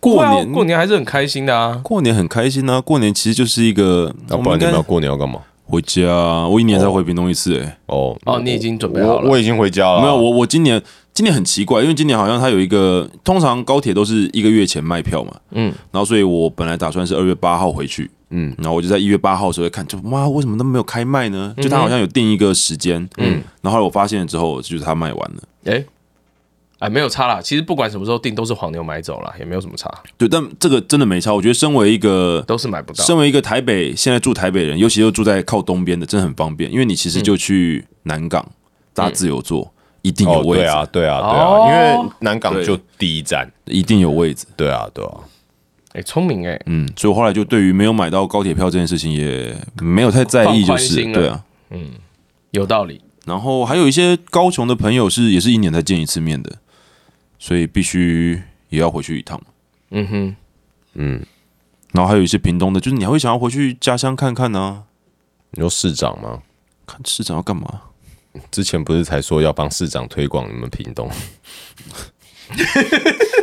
C: 过
B: 对啊
C: 年
B: 过年还是很开心的啊。
C: 过年很开心啊！过年其实就是一个，
A: 那
C: 我
A: 啊不然
C: 们应
A: 你
C: 该
A: 们要过年要干嘛？
C: 回家啊。我一年才回屏东一次，哎，
A: 哦
B: 哦，你已经准备
A: 我
B: 好
A: 我
B: 了，
A: 已经回家了。
C: 没有，我我今年今年很奇怪，因为今年好像它有一个，通常高铁都是一个月前卖票嘛，嗯，然后所以我本来打算是二月八号回去，嗯，然后我就在一月八号的时候看，就妈为什么都没有开卖呢？就它好像有定一个时间，嗯，然后后来我发现了之后，就是它卖完了，
B: 哎。哎，没有差啦。其实不管什么时候订，都是黄牛买走了，也没有什么差，
C: 对，但这个真的没差，我觉得身为一个
B: 都是买不到。
C: 身为一个台北现在住台北人，尤其又住在靠东边的，真的很方便，因为你其实就去南港搭自由座，一定有
A: 哦，
C: 位
A: 对
C: 置，
A: 啊，对啊，对
B: 哦
A: 啊，因为南港就第一站。
C: 一定有位置。
A: 对啊，对啊，
B: 哎，聪明哎，
C: 嗯，所以我后来就对于没有买到高铁票这件事情也没有太在意，就
B: 放宽
C: 是
B: 心了
C: 对啊。
B: 有道理。
C: 然后还有一些高雄的朋友是也是一年才见一次面的，所以必须也要回去一趟。
B: 嗯哼，嗯
C: 然后还有一些屏东的，就是你还会想要回去家乡看看呢、
A: 你说市长吗？
C: 看市长要干嘛？
A: 之前不是才说要帮市长推广你们屏 东，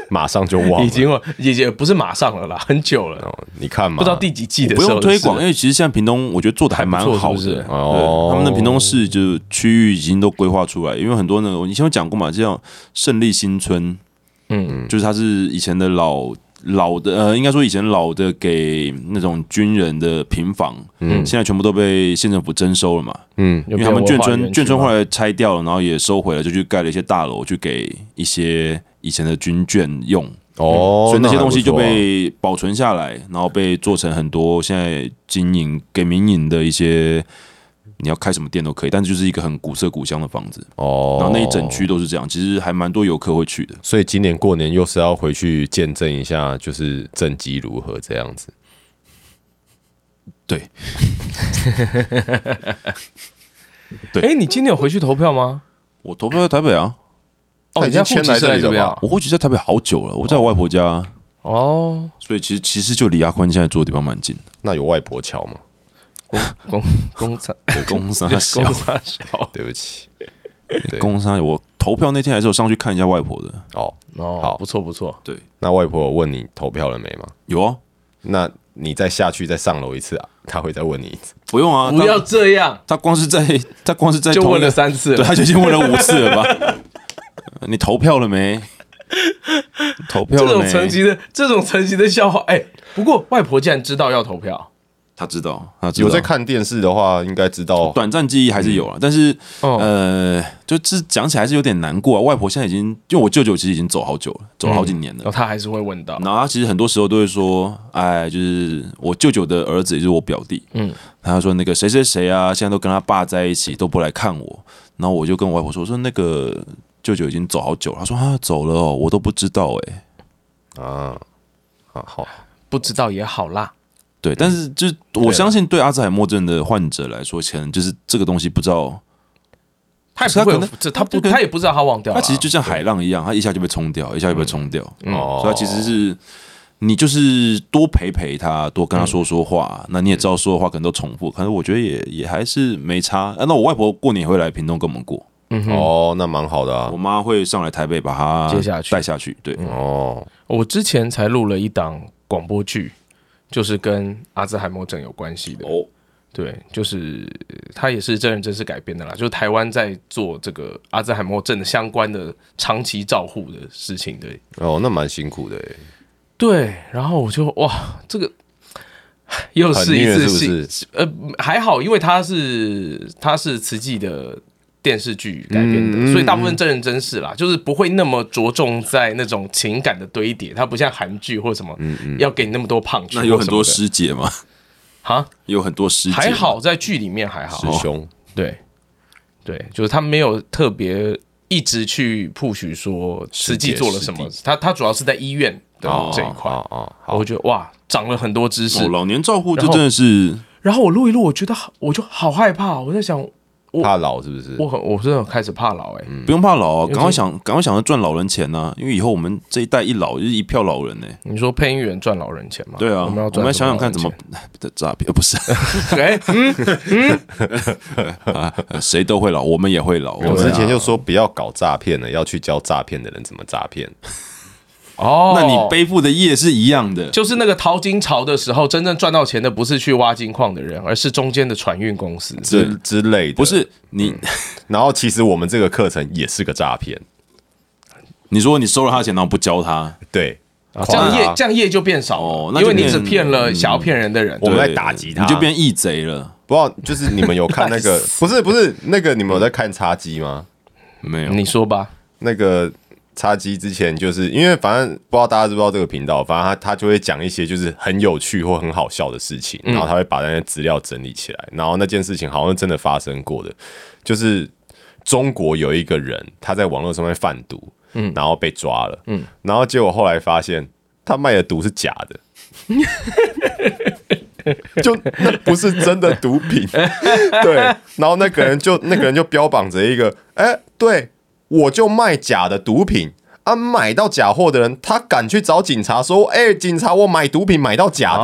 A: 马上就忘了。
B: 已经了也也不是马上了啦，很久了，
A: 哦，你看嘛，
B: 不知道第几季的
C: 不
B: 时候
C: 用
B: 的事
C: 推广，因为其实现在屏东我觉得做的还蛮
B: 还
C: 好的，
B: 不错是不是
C: 对
A: 哦
C: 他们的屏东市就是区域已经都规划出来，因为很多那个我以前有讲过嘛，这样胜利新村，嗯，就是它是以前的老老的呃，应该说以前老的给那种军人的平房，嗯，现在全部都被县政府征收了嘛，
B: 因
C: 因为他们眷村眷村后来拆掉了，然后也收回来，就去盖了一些大楼，去给一些以前的军眷用，
A: 哦，
C: 所以那些东西就
A: 那还不错啊
C: 被保存下来，然后被做成很多现在经营给民营的一些，你要开什么店都可以，但就是一个很古色古香的房子，
A: 哦，
C: 然后那一整区都是这样，其实还蛮多游客会去的。
A: 所以今年过年又是要回去见证一下，就是政绩如何这样子。
C: 对，
B: 哎、诶你今年有回去投票吗？
C: 我投票在台北啊，
A: 他
B: 哦，
A: 已
B: 你家
A: 经迁
B: 户籍
A: 来
B: 是
A: 这
B: 在
A: 里
B: 这
A: 了
B: 边
A: 吧
B: 啊？
C: 我户籍在台北好久了，我在我外婆家啊，
B: 哦，
C: 所以其实其实就离阿宽现在住的地方蛮近的。
A: 那有外婆桥吗？
B: 公公 差
C: 公山小
B: 公差
C: 哦
B: 小
A: 对不起，
C: 公山，我投票那天还是有上去看一下外婆的，
A: 哦，
B: 哦，
A: 好
B: 不错不错。
A: 那外婆有问你投票了没吗？
C: 有啊，
A: 那你再下去再上楼一次啊，他会再问你一次。
C: 不用啊，
B: 不要这样，
C: 他光是在他光是在
B: 就
C: 同一
B: 问
C: 个
B: 了三次
C: 对，
B: 了。
C: 他就已经问了五次了吧？ 你投票了没？投票
B: 这
C: 了
B: 种
C: 没？
B: 层级的这种层级的笑话，哎、不过外婆竟然知道要投票，
C: 他知道，他知道哦
A: 有在看电视的话，应该知道
C: 短暂记忆还是有了，啊但是、
B: 哦
C: 呃，就是讲起来还是有点难过啊。外婆现在已经，因为我舅舅其实已经走好久了，走了好几年了。
B: 然后哦他还是会问到。
C: 然后他其实很多时候都会说，哎，就是我舅舅的儿子，也就是我表弟，嗯，他说那个谁谁谁啊，现在都跟他爸在一起，都不来看我。然后我就跟我外婆说，我说那个舅舅已经走好久了，他说啊走了哦，我都不知道哎、
A: 啊啊好，
B: 不知道也好啦，
C: 对，
B: 嗯
C: 但是就是
B: 啊
C: 我相信对阿兹海默症的患者来说，可能就是这个东西不知道，
B: 他也不会
C: 可能
B: 有，这他不
C: 他可能
B: 他也不知道他忘掉
C: 它
B: 了。
C: 其实就像海浪一样，它一下就被冲掉，一下就被冲掉。
A: 哦
B: 嗯
C: 哦，所以它其实是你就是多陪陪他，多
B: 嗯
C: 跟他说说话。那你也知道说的话可能都重复，可能我觉得也也还是没差、啊那我外婆过年也会来屏东跟我们过，
A: 哦，那蛮好的啊
C: 我。妈会上来台北把她
B: 接下去嗯
C: 带下去。对，
A: 哦，
B: 我之前才录了一档广播剧，就是跟阿兹海默症有关系的。
C: 哦，
B: 对，就是呃它也是真人真事改编的啦，就是台湾在做这个阿兹海默症相关的长期照护的事情的。
A: 哦，那蛮辛苦的欸，
B: 对，然后我就哇，这个又
A: 很
B: 是一
A: 虐
B: 次
A: 是
B: 性
A: 不是？
B: 呃，还好，因为它是它是慈济的电视剧改编的，所以大部分真人真事啦，就是不会那么着重在那种情感的堆叠，它不像韩剧或什么，要给你那么多胖
C: 那有很多师姐嘛，
B: 哈，
C: 有很多师姐，
B: 还哦好在剧里面还好，
A: 师兄
B: 对对，就是他没有特别。一直去 push 说实际
A: 界
B: 做了
A: 实
B: 什么
A: 地，
B: 他他主要是在医院的
A: 哦
B: 这一块，
A: 哦哦好
B: 我觉得哇，长了很多知识
C: 哦，。老年照护这
B: 然后
C: 真的是
B: 然后我录一录，我觉得好，我就好害怕，我在想，
A: 怕老是不是？
B: 我很我真的开始怕老哎、
C: 不用怕老啊，赶快想，赶快想着赚老人钱呐、因为以后我们这一代一老就是一票老人呢、
B: 你说配音员赚老人钱吗？
C: 对啊，
B: 我
C: 我们
B: 们要
C: 要
B: 赚
C: 想想看怎么 诈骗，呃不是
B: 什么老人 钱。哎、 嗯
C: 啊，呃谁都会老，我们也会老。
A: 我
C: 对
A: 之
C: 啊
A: 前就说不要搞诈骗了，要去教诈骗的人怎么诈骗。
B: 哦，
C: 那你背负的业是一样的，
B: 就是那个淘金潮的时候，真正赚到钱的不是去挖金矿的人，而是中间的船运公司。
A: 之之类的，
C: 不。是你？
A: 然后其实我们这个课程也是个诈骗，
C: 你说你收了他的钱，然后不教他，
A: 对，
B: 这样业
A: 啊
B: 这样业就变少了，
C: 哦那
B: 因
C: 就
B: 为你
C: 变
B: 只骗了想要骗人的人。
A: 我们
C: 对
A: 在打击他
C: 你就变义贼了。
A: 不知道就是你们有看那个？不是不是那个，你们有在看叉鸡吗？
C: 没有，
B: 你说吧，
A: 那个叉鸡之前就是因为反正不知道大家知不知道这个频道，反正他他就会讲一些就是很有趣或很好笑的事情，然后他会把那些资料整理起来，然后那件事情好像真的发生过的，就是中国有一个人他在网络上面贩毒，嗯，然后被抓了，嗯，然后结果后来发现他卖的毒是假的。 就那不是真的毒 品，对。然后那个人就那个人就标榜着一个，哎、对我就卖假的毒品啊，买到假货的人，他敢去找警察说，哎、警察，我买毒品买到假的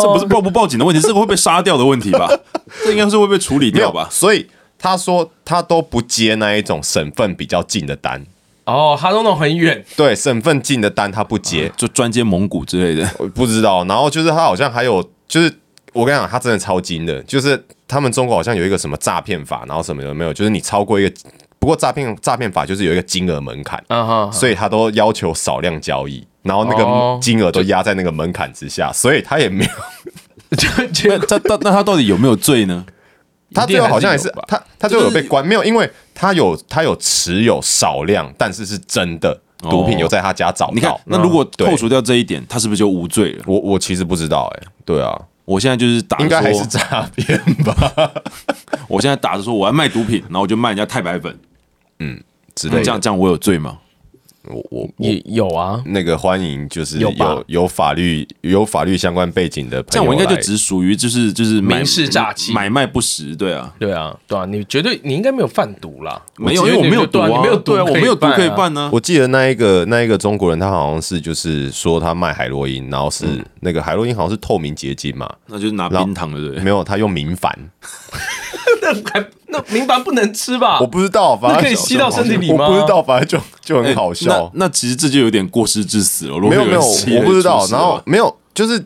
A: 吗？
C: 这不是报不报警的问题，这个会被杀掉的问题吧？ 这应该是会被处理
A: 没有
C: 掉吧？
A: 所以他说他都不接那一种省份比较近的单，
B: 哦，哈东东很远，
A: 对，省份近的单他不接，
B: 啊
C: 就专接蒙古之类 的，
A: 我不知道。然后就是他好像还有，就是我跟你讲，他真的超精的，就是他们中国好像有一个什么诈骗法，然后什么有没有？就是你超过一个，不过诈骗诈骗法就是有一个金额门槛，
B: 啊哈，
A: 所以他都要求少量交易，然后那
B: 哦
A: 个金额都压在那个门槛之下，所以他也 没有，
B: 就
C: 那
B: 就
C: 他到那他到底有没有罪呢？
A: 他最后好像也是
B: 一定还是有吧
A: 他他最后有被关，没有，因为他有他有持有少量，但是是真的
B: 哦
A: 毒品有在他家找
C: 你看
A: 到，。
C: 那如果
A: 嗯对
C: 扣除掉这一点，他是不是就无罪了？
A: 我我其实不知道，哎，对啊，
C: 我现在就是打着
A: 应该还是
C: 说
A: 诈骗吧
C: 我现在打着说我要卖毒品，然后我就卖人家太白粉，
A: 之类
C: 这
A: 的。
C: 样这样我有罪吗？
A: 我我
B: 也有啊，
A: 那个欢迎，就是
B: 有
A: 有
B: 吧
A: 有法律有法律相关背景的
C: 这
A: 朋
C: 样
A: 友
C: 我
A: 来，
C: 应该就只属于就是
A: 哎
C: 就是买
B: 民事诈欺
C: 买卖不实，对啊，
B: 对啊，对啊，你绝对你应该没有贩毒啦，
C: 没有，因为我没有毒
B: 对啊，你没有毒
C: 对啊，我没有毒可以办呢。
A: 我记得那一个那一个中国人，他好像是就是说他卖海洛因，然后是、那个海洛因好像是透明结晶嘛，
C: 那就是拿冰糖的，对不对？
A: 没有他用明矾，
B: 那还那明矾不能吃吧？
A: 我不知道，反
B: 那
A: 正
B: 可以吸到身体里吗
A: 我不知道，反正就就很好笑。
C: 哎那那其实这就有点过失致死了。如果
A: 没有没
C: 人
A: 有，
C: 吸了
A: 我不知道
C: 就出，事
A: 然
C: 了
A: 后没有，就是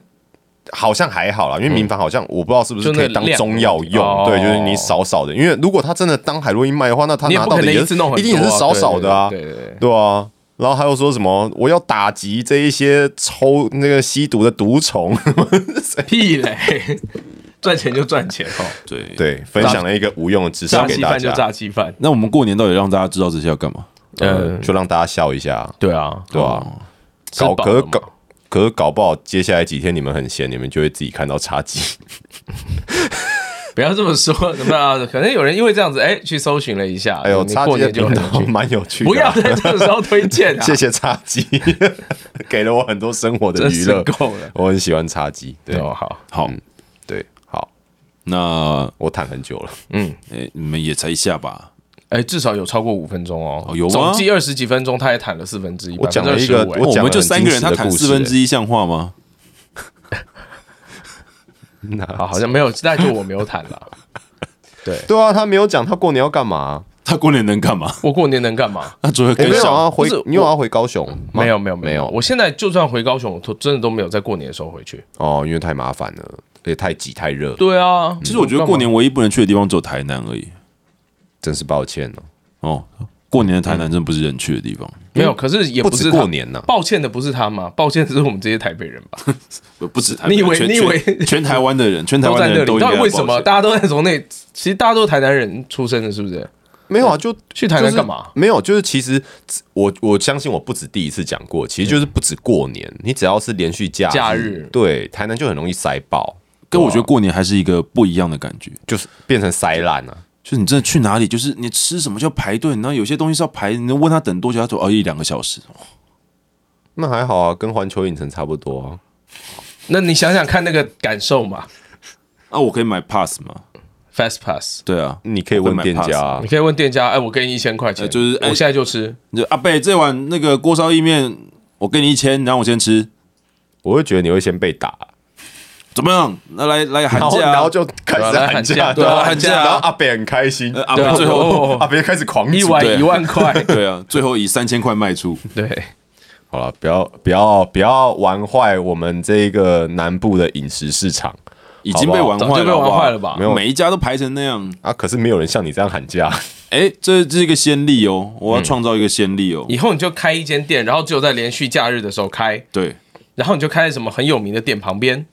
A: 好像还好啦，因为民防好像我不知道是不是
B: 就那
A: 可以当
B: 量
A: 中药用，
B: 哦
A: 对，就是你少少的，因为如果他真的当海洛因卖的话，那他
B: 你也
A: 拿
B: 不
A: 到
B: 可
A: 的
B: 能
A: 也
B: 一次弄很多啊
A: 一定也是少少的啊，
B: 对对对
A: 对啊。然后还有说什么我要打击这一些抽那个吸毒的毒 虫，
B: 屁嘞， 赚钱就赚钱哦，
C: 对。
A: 对，分享了一个无用的知识
B: 诈
A: 给
B: 欺
A: 大
B: 犯就
A: 家，
B: 诈欺犯，
C: 那我们过年到底让大家知道这些要干嘛？
A: 呃，就让大家笑一下，
B: 对啊，
A: 对吧？
B: 嗯吃
A: 搞
B: 饱
A: 可
B: 了
A: 是
B: 嘛
A: 搞可是搞不好，接下来几天你们很闲，你们就会自己看到差距。
B: 不要这么说，怎么样？ 可能有人因为这样子，哎，去搜寻了一下，
A: 哎呦，
B: 你
A: 差
B: 过
A: 距的
B: 年就
A: 频 道
B: 很有趣。
A: 蛮有趣的啊，
B: 不 要在这个时候推荐啊！
A: 谢谢叉鸡， 给了我很多生活的
B: 真
A: 娱
B: 是
A: 乐，
B: 够了。
A: 我很喜欢叉鸡，对、啊
B: 哦，好，
C: 好，
A: 嗯对，好，
C: 那
A: 我躺很久了，
C: 诶，你们也才一下吧。
B: 哎，至少有超过五分钟哦
C: 哦，有吗
B: 总计二十几分钟，他也谈了四分之一，
A: 啊我讲了一个
B: 25%哎
A: 我
C: 哦
A: 讲
C: 们
A: 了
C: 就
A: 很
C: 三个人，
A: 精
C: 他
A: 致的
C: 砍
A: 故事
C: 四分之一，像话吗？
B: 哎好好像没有，那就我没有谈 了。
A: 对啊，他没有讲他过年要干嘛，
C: 他过年能干嘛？
B: 我过年能干 嘛？
C: 他除了
A: 哎
C: 跟
A: 没有
C: 小
A: 啊，回
B: 不是
A: 你有要回高雄吗？
B: 没有，没有，
A: 没有
B: 我现在就算回高雄，我都真的都没有在过年的时候回去。
A: 哦，因为太麻烦了，也太挤太热，
B: 对啊，
C: 其实我觉得过年唯一不能去的地方只有台南而已。
A: 真是抱歉哦，
C: 哦，过年的台南真不是人去的地方，
B: 没有，可是也
A: 不
B: 是
A: 止
B: 他
A: 过。年呐、
B: 抱歉的不是他嘛，抱歉的是我们这些台北人吧，
C: 不不止台南。
B: 你以为
C: 全
B: 你以为
C: 全全台湾 的人，全 台
B: 都
C: 湾
B: 在
C: 的
B: 那
C: 人
B: 里。
C: 都
B: 到
C: 应
B: 底
C: 该
B: 为什么
C: 抱歉
B: 大家都在从那？其实大家都是台南人出生的，是不是？
A: 没有啊，就
B: 去台南干嘛
A: 就是没有，就是其实我我相信我不止第一次讲过，其实就是不止过年，你只要是连续假
B: 嗯假
A: 日
B: 日
A: 对台南就很容易塞爆，
C: 跟我觉得过年还是一个不一样的感觉，
A: 就是变成塞烂了、啊。
C: 就是你真的去哪里，就是你吃什么就要排队，然后有些东西是要排，你问他等多久，他说哦一两个小时，
A: 那还好啊，跟环球影城差不多啊。
B: 那你想想看那个感受嘛
C: 啊我可以买 pass 吗？
B: ，Fast Pass，
C: 对啊，
A: 你可以问店家、啊
B: 你，可以问店家，哎，我给你一千块钱，
C: 呃就是哎
B: 我现在就吃，
C: 你就阿贝这碗那个锅烧意面，我给你一千，然后我先吃，
A: 我会觉得你会先被打，
C: 怎么样？那来来个寒
A: 然后
C: 假、
A: 然
C: 啊
A: 后。就开始
B: 对啊
A: 喊
B: 来
A: 价，
B: 喊价对啊
A: 然后
C: 喊价啊
A: 然后阿北很开心，
C: 呃阿贝最后，
B: 哦
A: 阿北开始狂
B: 一
A: 煮
B: 碗
C: 对
B: 一万块，
C: 对啊，最后以三千块卖出，
B: 对，
A: 好了，不要不要不要玩坏我们这个南部的饮食市场
C: 已经被玩坏了，
B: 早就被玩坏了
C: 好不好
B: 吧？
A: 没有
C: 每一家都排成那样，
A: 啊！可是没有人像你这样喊价，
C: 哎，这这是一个先例哦，我要创造一个先例哦。
B: 以后你就开一间店，然后只有在连续假日的时候开，
C: 对，
B: 然后你就开在什么很有名的店旁边，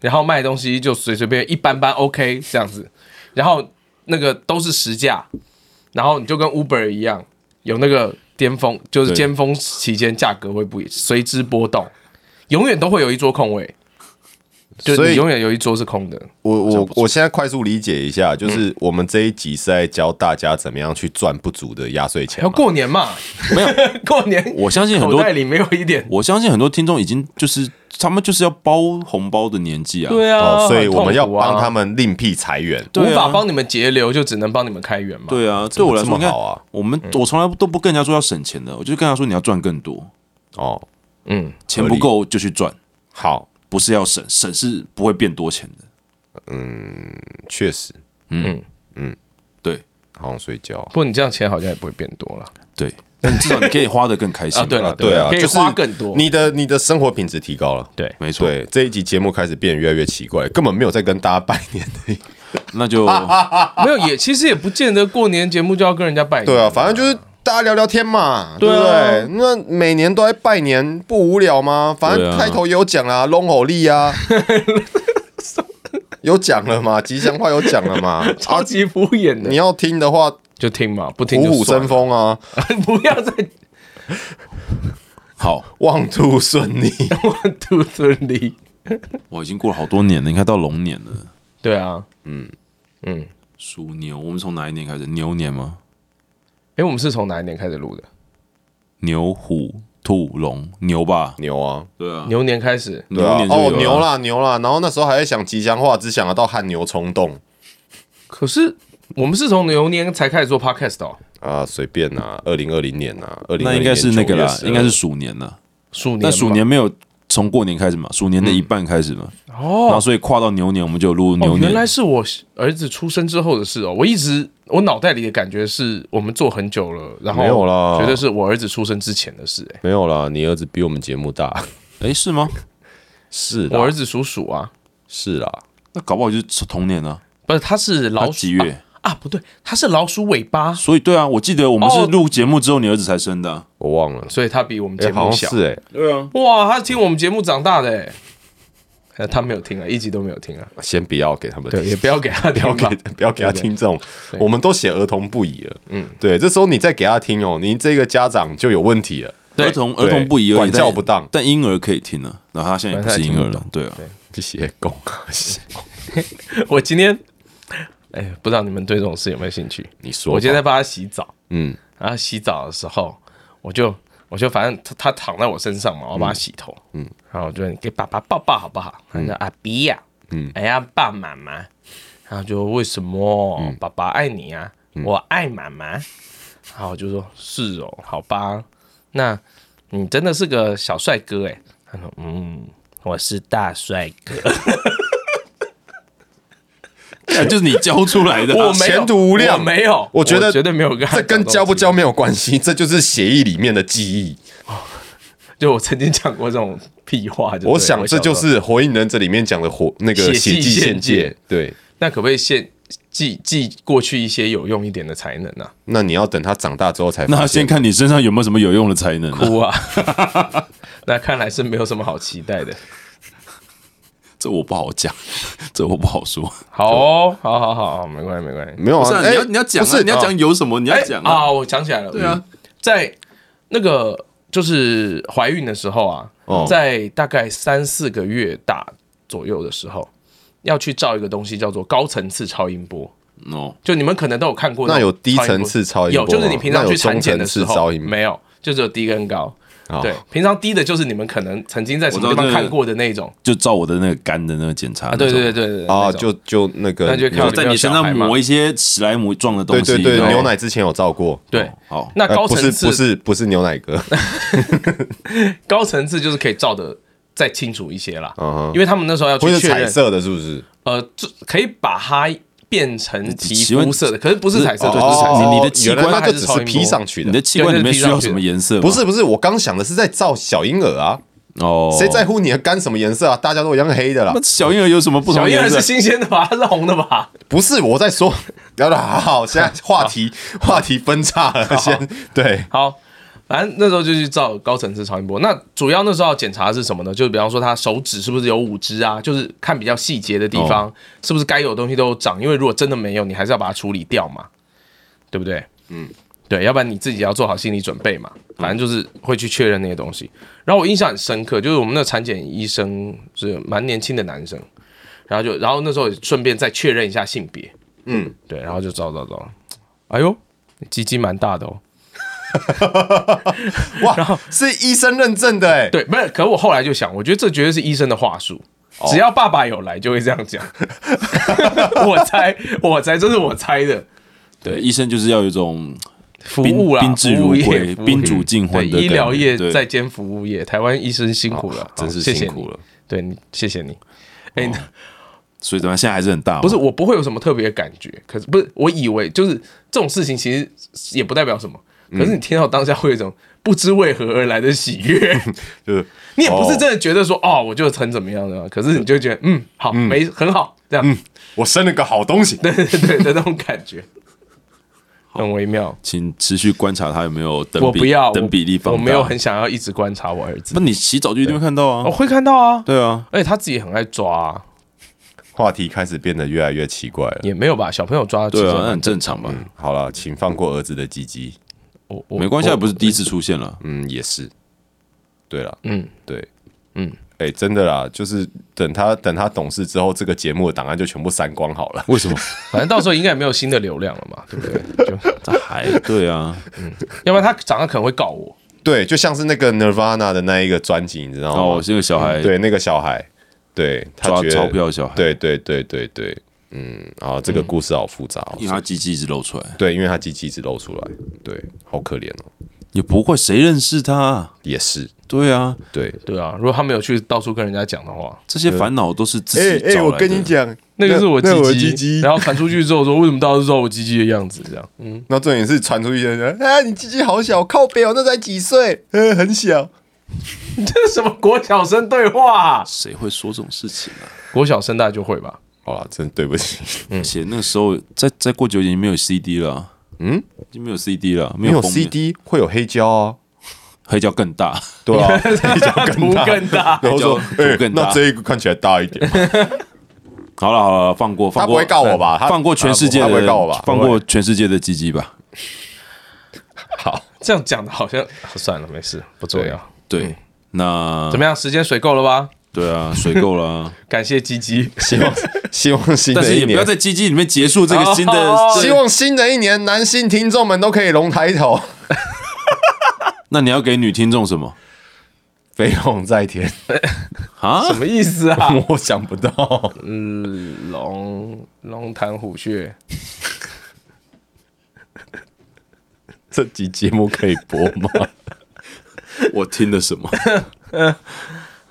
B: 然后卖东西就随随便便一般般 OK 这样子，然后那个都是实价，然后你就跟 Uber 一样，有那个巅峰，就是
C: 对
B: 尖峰期间价格会不一随之波动，永远都会有一桌空位，就
A: 所以
B: 你永远有一桌是空的，
A: 我我我现在快速理解一下，就是我们这一集是在教大家怎么样去赚不足的压岁钱
B: 要
A: 嘛。
B: 过年嘛，没有 过年，
C: 我相信很
B: 口
C: 多，
B: 袋里没有一点，
C: 我相信很多听众已经就是他们就是要包红包的年纪啊。
B: 对啊，
A: 哦，所以
B: 很
A: 我们要
B: 痛苦啊
A: 帮他们另辟财源。
C: 对啊
B: 无法帮你们节流，就只能帮你们开源嘛。
C: 对啊，对我来
A: 这么
C: 说应该
A: 好啊，
C: 我们我从来都不跟人家说要省钱的，我就跟他说你要赚更多，
A: 哦，
B: 嗯，
C: 钱不够就去赚，
A: 好，
C: 不是要省，省是不会变多钱的。
A: 确实，
C: 对
A: 好想睡觉。
B: 不过你这样钱好像也不会变多了。
C: 对，但至少你可以花的更开心嘛。
B: 啊对了
A: 对啊，
B: 可以
A: 就是
B: 花更多
A: 你的你的生活品质提高了。
B: 对
C: 没错，
A: 对，这一集节目开始变得越来越奇怪，根本没有在跟大家拜年的。
C: 那就
B: 没有也其实也不见得过年节目就要跟人家拜 年。
A: 对啊，反正就是大家聊聊天嘛，对
B: 对
A: 不
B: 啊
A: 对？那每年都在拜年，不无聊吗？反
C: 对
A: 正
C: 啊
A: 开头也有讲啦，龙吼力 啊，有讲了嘛，吉祥话有讲了嘛。 啊
B: 超，级敷衍的，
A: 你要听的话，
B: 就听嘛，不听
A: 虎
B: 就
A: 虎
B: 算
A: 生
B: 了。
A: 风啊，
B: 不要再
C: 好，
A: 望兔顺利。
B: 我吐孙离。
C: 我已经过了好多年了，你看到龙年了，
B: 对啊，
C: 鼠牛，我们从哪一年开始？牛年吗？
B: 哎，我们是从哪一年开始录的？
C: 牛、虎、兔、龙，牛吧？
A: 牛啊，
C: 对啊，
B: 牛年开始，
A: 对啊
C: 牛，年就有
A: 哦
C: 了，
A: 牛啦牛啦，然后那时候还在想吉祥话，只想得到汗牛充栋
B: 可是我们是从牛年才开始做 podcast 的哦。
A: 啊，随便啊，二零二零年啊，二零
C: 那应该是那个啦，应该是
A: 是
C: 鼠年啦。
B: 鼠年吧，
C: 那鼠年没有从过年开始嘛？鼠年的一半开始嘛？然后
B: 哦，
C: 所以跨到牛年，我们就录牛
B: 哦，
C: 年
B: 原。来是我儿子出生之后的事哦。我一直我脑袋里的感觉是我们做很久了，然后
A: 没有啦
B: 觉得是我儿子出生之前的事。哎，
A: 没有啦，你儿子比我们节目大，
C: 哎，是吗？
A: 是啦
B: 我儿子属鼠啊，
A: 是啦，
C: 那搞不好就是同年啊，
B: 不是，他是
C: 他
B: 老鼠
C: 几月？
B: 啊？不对，他是老鼠尾巴，
C: 所以对啊，我记得我们是
B: 哦
C: 录节目之后，你儿子才生的啊。
A: 我忘了。
B: 所以他比我们
A: 哎、
B: 节
A: 好
B: 目
A: 像
B: 小。
A: 是哎、
C: 对啊，
B: 哇，他听我们节目长大的哎、呃他没有听啊，一集都没有听啊。
A: 先不要给他们
B: 对，也
A: 听，
B: 不要给 他
A: 不要
B: 听吧。
A: 给不要给他
B: 对对
A: 听这种，我们都写儿童不宜了。嗯，对，这时候你再给他听哦，您这个家长就有问题了。
B: 对
C: 儿童儿童不宜而已，
A: 管教
C: 但
A: 不当
C: 但婴儿可以听啊。然后他现在也不是婴儿了，对啊，
A: 写狗，
B: 我今天，哎，不知道你们对这种事有没有兴趣？
A: 你说吧，
B: 我今天在帮他洗澡，
A: 嗯，
B: 然后洗澡的时候，我就我就反正他他躺在我身上嘛，我帮他洗头，嗯，然后我就你给爸爸抱抱好不好？他说阿比呀，嗯，哎呀爸妈妈，然后就为什么、
A: 嗯
B: 爸爸爱你啊，我爱妈妈，然后我就说是哦，好吧，那你真的是个小帅哥哎，他说嗯，我是大帅哥，
C: 干 就是你教出来的啊。
B: 我没有
A: 前途无量
B: 我没有，
A: 我觉得
B: 绝对没有跟他
A: 这跟
B: 讲到
A: 教不
B: 这
A: 教
B: 个
A: 没有关系，这就是协议里面的记忆。
B: 就我曾经讲过这种屁话就对了，
A: 我想这
B: 小时
A: 就
B: 候
A: 是《火影忍者》里面讲的火那个
B: 血
A: 血
B: 迹
A: 迹限
B: 限
A: 界
B: 界。
A: 对，
B: 那可不可以现记记过去一些有用一点的才能啊？
A: 那你要等他长大之后才
C: 那
A: 发
C: 先
A: 现。
C: 看你身上有没有什么有用的才能 啊。
B: 哭啊！那看来是没有什么好期待的。
C: 这我不好讲， 这我不好说。
B: 好哦，好好好，好没关系没关系。
A: 没有
C: 不是
A: 啊，
C: 啊，
A: 哎
C: 你要你要讲
A: 不是
C: 啊，你要讲有什么？你要
B: 哎
C: 讲啊。
B: 啊，我想起来了，对啊，在那个就是怀孕的时候啊，
A: 哦
B: 在大概三四个月大左右的时候，要去照一个东西叫做高层次超音波。
C: 哦，
B: 就你们可能都有看过
A: 那
B: 种
A: 有低
B: 超音
A: 层
B: 波
A: 次超音
B: 有，
A: 波
B: 就是
A: 吗
B: 你平常
A: 那有
B: 去产
A: 中
B: 检的
A: 层次
B: 时候
A: 超音波
B: 没有，就只有低跟高。
A: 哦
B: 对，平常低的就是你们可能曾经在什么地
C: 我知道
B: 方
C: 这个
B: 看过的那种
C: 就照我的那个肝的那个检查
B: 啊，
C: 那种，
B: 对对对对对
A: 啊，
B: 那种
A: 就就那个
B: 那就看
A: 牛
B: 到
C: 就在你身上抹一些史莱姆状的东
A: 对
C: 西，哦
A: 对对，
C: 然后
A: 牛奶之前有照过，
B: 对。
C: 好，
B: 那
A: 呃
B: 高
A: 不
B: 层
A: 是
B: 次、
A: 不是不是牛奶哥，
B: 高层次就是可以照的再清楚一些啦，
A: 嗯哼
B: 因为他们那时候要
A: 不
B: 去
A: 是
B: 确
A: 彩
B: 认，
A: 色的，是不是？
B: 呃，就可以把它变成皮
C: 请问
B: 肤色的，可是不是彩色
A: 哦
B: 的，
C: 对
B: 就
C: 就是
B: 彩
C: 是彩
B: 色
C: 色
B: 的。
C: 你的器官
A: 原来它
B: 还
A: 就是只
B: 超
A: 是
B: 音波
A: 披上去
C: 你
A: 的
C: 的。器官里面需要什么颜色吗？
A: 不是不是，我刚想的是在照小婴儿啊，
C: 哦，
A: 谁在乎你的肝什么颜色啊？大家都一样黑的啦
C: 那。小婴儿有什么不同
B: 小
C: 的
B: 婴儿
C: 颜色
B: 是？新鲜的吧？ 它是红的吧？
A: 不是我在说， 聊得好好，现在话题话题分岔了，先对
B: 好，反正那时候就去照高层次超音波。那主要那时候要检查的是什么呢？就是比方说他手指是不是有五只啊，就是看比较细节的地方，是不是该有的东西都有长。因为如果真的没有，你还是要把它处理掉嘛，对不对？嗯，对，要不然你自己也要做好心理准备嘛。反正就是会去确认那些东西。然后我印象很深刻，就是我们那个产检医生是蛮年轻的男生，然后就然后那时候也顺便再确认一下性别，嗯，对，然后就照照照，哎呦，鸡鸡蛮大的哦。
A: 哇，是医生认证的哎，
B: 对，不是，可我后来就想，我觉得这绝对是医生的话术。只要爸爸有来，就会这样讲。 我猜，我猜，这是我猜的。
C: 对，医生就是要有一种
B: 服务啦，
C: 宾宾至
B: 服
C: 如
B: 务业
C: 归
B: 服务
C: 宾主尽欢
B: 对
C: 的
B: 医疗业
C: 感觉对
B: 在兼服务业，台湾医生辛苦了，哦
A: 真是
B: 好谢谢
A: 辛苦了
B: 你。对你，谢谢你。哎、
C: 所以怎么样现在还是很大嘛，
B: 不是，我不会有什么特别的感觉，可是不是，我以为就是这种事情，其实也不代表什么。可是你听到当下会有一种不知为何而来的喜悦，
A: 就是
B: 你也不是真的觉得说哦，我就很怎么样的，可是你就觉得嗯，好，没很好，这样，
A: 我生了个好东西，
B: 对对对的那种感觉，很微妙。
C: 请持续观察他有没有等比
B: 我不要
C: 等比例放
B: 我
C: 大
B: 没有很想要一直观察我儿子
C: 不，，你洗澡就一定会看到啊
B: 我、，会看到啊，
C: 对啊，
B: 而且他自己很爱抓、啊，
A: 话题开始变得越来越奇怪了。
B: 也没有把小朋友抓
C: 对啊，那
B: 啊
C: 很，正常嘛，
A: 好了，请放过儿子的鸡鸡。
B: 我我
C: 没关系，也
B: 我
C: 不是第一次出现了，
A: 嗯，也是。对了，
B: 嗯
A: 对，
B: 嗯，
A: 哎、真的啦，就是等他等他懂事之后，这个节目的档案就全部删光好了。
C: 为什么？
B: 反正到时候应该也没有新的流量了嘛，对不对？就
C: 这还对啊，
B: 要不然他长大可能会告我。
A: 对，就像是那个 Nirvana 的那一个专辑，你知
B: 哦
A: 道
C: 然后
A: 吗
C: 我？这个小孩
A: 对，那个哦小孩，对他
C: 抓
A: 觉得
C: 钞票的小孩，，
A: 对对对对对，嗯，啊，这个故事好复杂、哦
C: 因为他鸡鸡一直露出来，
A: 对，因为他鸡鸡一直露出来，对，好可怜哦，
C: 也不会谁认识他啊，
A: 也是，
C: 对啊，
A: 对。
B: 对啊，如果他没有去到处跟人家讲的话，
C: 这些烦恼都是自己
A: 哎
C: 找来的。
A: 讲，
B: 那个是我
A: 那我
B: 鸡
A: 鸡鸡
B: 然后传出去之后说，为什么大家都知道我鸡鸡的样子？这样，
A: 那重点是传出去的人，啊，你鸡鸡好小，靠背哦，那才几岁，呃，很小。
B: 这是什么国小生对话、啊？
C: 谁会说这种事情啊？
B: 国小生大家就会吧？
A: 好了，真对不起，
C: 而且那个时候再再过久已经没有 CD 了啊，
A: 嗯，
C: 已经没有 CD 了，啊没
A: 没有
C: 封面
A: CD 会有黑胶啊，
C: 黑胶更大，
A: 对 啊， 黑胶
B: 图
A: 更大。
B: 更大，
A: 然后说，
C: 黑胶
A: 哎、
C: 更大
A: 那这一个看起来大一 点嘛，
C: 好了好了，放过，放过
A: 不
C: 哎
A: 会告我吧他
C: 放过全世界的，
A: 他不会告我吧
C: 放过全世界的鸡鸡吧。
B: 这样讲的好像啊算了，没事，不重要。
A: 嗯
C: 对，那
B: 怎么样？时间水够了吧？
C: 对啊，水够 了啊，
B: 感谢鸡 鸡，
A: 希望希望新
C: 但
A: 的
C: 是
A: 一
C: 也不要
A: 年，
C: 在鸡鸡里面结束这个新的。
A: 哦 希望新的一年男性听众们都可以龙抬头，
C: 那你要给女听众什么
A: 飞龙在天。
C: 啊？
B: 什么意思啊？
A: 我想不到，
B: 龙龙潭虎穴，
A: 这集节目可以播吗？
C: 我听的什么？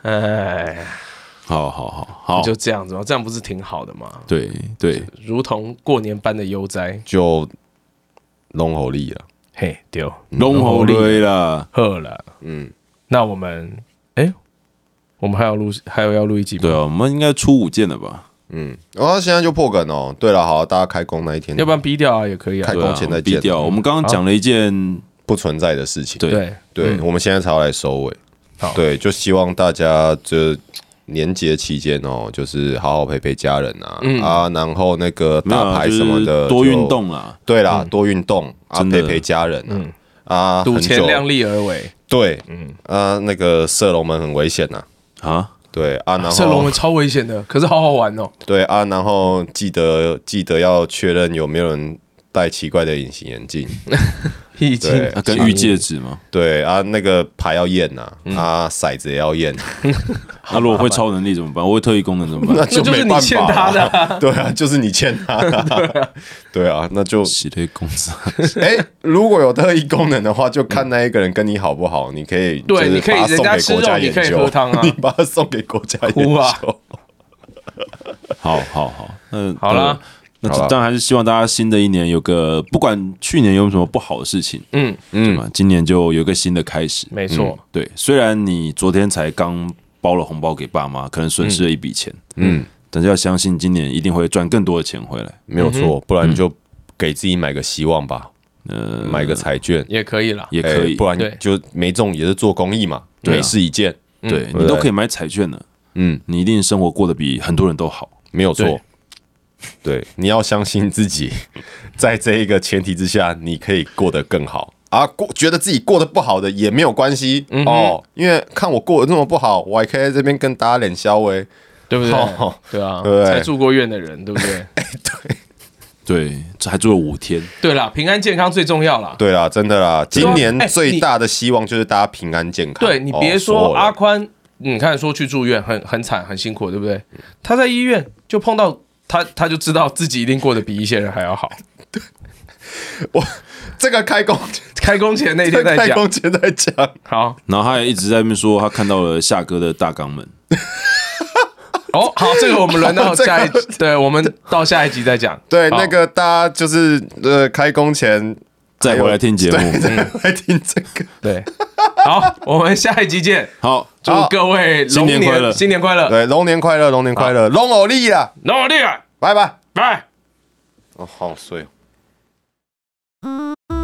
B: 哎，
C: 好好好好，
B: 就这样子嘛，这样不是挺好的吗？
C: 对对，
B: 如同过年般的悠哉，
A: 就龙猴力啊了，
B: 嘿，丢
A: 嗯
C: 龙猴瑞啦，
B: 喝了，嗯，那我们，哎，我们还要录，还有要录一集吗？
C: 对啊，我们应该出五件了吧？
A: 嗯，然、后现在就破梗哦。对了，好，大家开工那一天，
B: 要不然逼掉啊也可以啊
A: 看。
C: 对啊
A: 工钱再，见
C: 低调。我们刚刚讲了一件，
A: 不存在的事情。
C: 对嗯
B: 对，
A: 对，我们现在才要来收尾
B: 好。
A: 对，就希望大家这年节期间哦，就是好好陪陪家人啊、啊，然后那个
C: 嗯没有
A: 打
C: 啊
A: 牌
C: 就
A: 什么
C: 是
A: 的，
C: 多运
A: 就。
C: 动啦。
A: 对啦，多运动啊，
C: 真的嗯
A: 陪陪家人啊，啊，
B: 赌
A: 很
B: 钱
A: 久
B: 量力而为，
A: 对，嗯啊，那个射龙门很危险呐。
C: 啊，
A: 对啊，然
B: 射龙
A: 后
B: 门超危险的，可是好好玩哦。
A: 对啊，然后记得记得要确认有没有人戴奇怪的隐形眼镜。
B: 已经
A: 对
C: 啊跟玉戒指嘛，
A: 对啊，那个牌要验呐、啊，
C: 嗯
A: 骰子也要验，
C: 那啊如果会超能力怎 么办？我会特异功能怎么办？
B: 那就是
A: 没
B: 你
A: 办
B: 欠
A: 法
B: 他的
A: 啊。对啊，就是你欠他的啊、对啊，那就
C: 洗黑公司，
A: 哎、如果有特异功能的话，就看那一个人跟你好不好，你可以
B: 对
A: 就是
B: 你可以
A: 把他送给国
B: 人家吃
A: 家
B: 肉你
A: 研
B: 可以
A: 究
B: 喝汤啊
A: 你把它送给国家研
B: 哭
A: 究。
B: 啊
C: 好好好，那
B: 好啦，
C: 那
A: 好啦
C: 当然还是希望大家新的一年有个，不管去年有什么不好的事情，
B: 嗯，
C: 嗯，吧？今年就有一个新的开始。
B: 没错，
A: 嗯
C: 对，虽然你昨天才刚包了红包给爸妈，可能损失了一笔钱，嗯，但是要相信今年一定会赚更多的钱回来。
A: 没有
B: 嗯
A: 错，不然就给自己买个希望吧，
C: 呃，
A: 买个彩券
B: 也可以啦。
C: 也
A: 哎
C: 可以，
A: 不然
B: 对
A: 就没中也是做公益嘛，
C: 对啊
A: 每事一件，
C: 对
A: 嗯
C: 你都可以买彩券的，
A: 嗯，
C: 你一定生活过得比很多人都好。
A: 没有错
B: 对。
A: 对，你要相信自己， 在这一个前提之下，你可以过得更好啊。过觉得自己过得不好的也没有关系、
B: 嗯
A: 哦，因为看我过得这么不好，我还可以在这边跟大家脸消 微。
B: 对不对
A: 哦？
B: 对啊，
A: 对
B: 才住过院的人，对 不对？
C: 对，这还做了五天，
A: 嗯
B: 对啦，平安健康最重要啦。
A: 对啦，真的啦，今年
B: 哎
A: 最大的希望就是大家平安健康。
B: 对你
A: 哦
B: 别说阿
A: 啊，
B: 宽，你看说去住院很很惨很辛苦，对不对？
A: 嗯
B: 他在医院就碰到他，他就知道自己一定过得比一些人 还要好。
A: 这个开工，
B: 开工前那一
A: 这
B: 天
A: 个
B: 再
A: 开
B: 讲。
A: 工前再讲。
B: 好
C: 然后他也一直在那边说他看到了夏哥的大肛门。
B: 哦，好，这个我们 轮到
A: 这个
B: 下一，对 我们到下一集再讲。
A: 对，
B: 好
A: 那个大家就是呃，开工前
C: 再回来听节目，
A: 对再回来听这个。
B: 对，好，我们下一集见。
C: 好，
B: 祝
A: 好
B: 各位
C: 新
B: 龙
C: 年快乐
B: 新年快乐，
A: 对，龙年快乐，龙年快乐，龙偶力啊，
B: 努力啊，
A: 拜拜。
B: 拜。
A: 哦，好好睡哦。
F: Mm-hmm.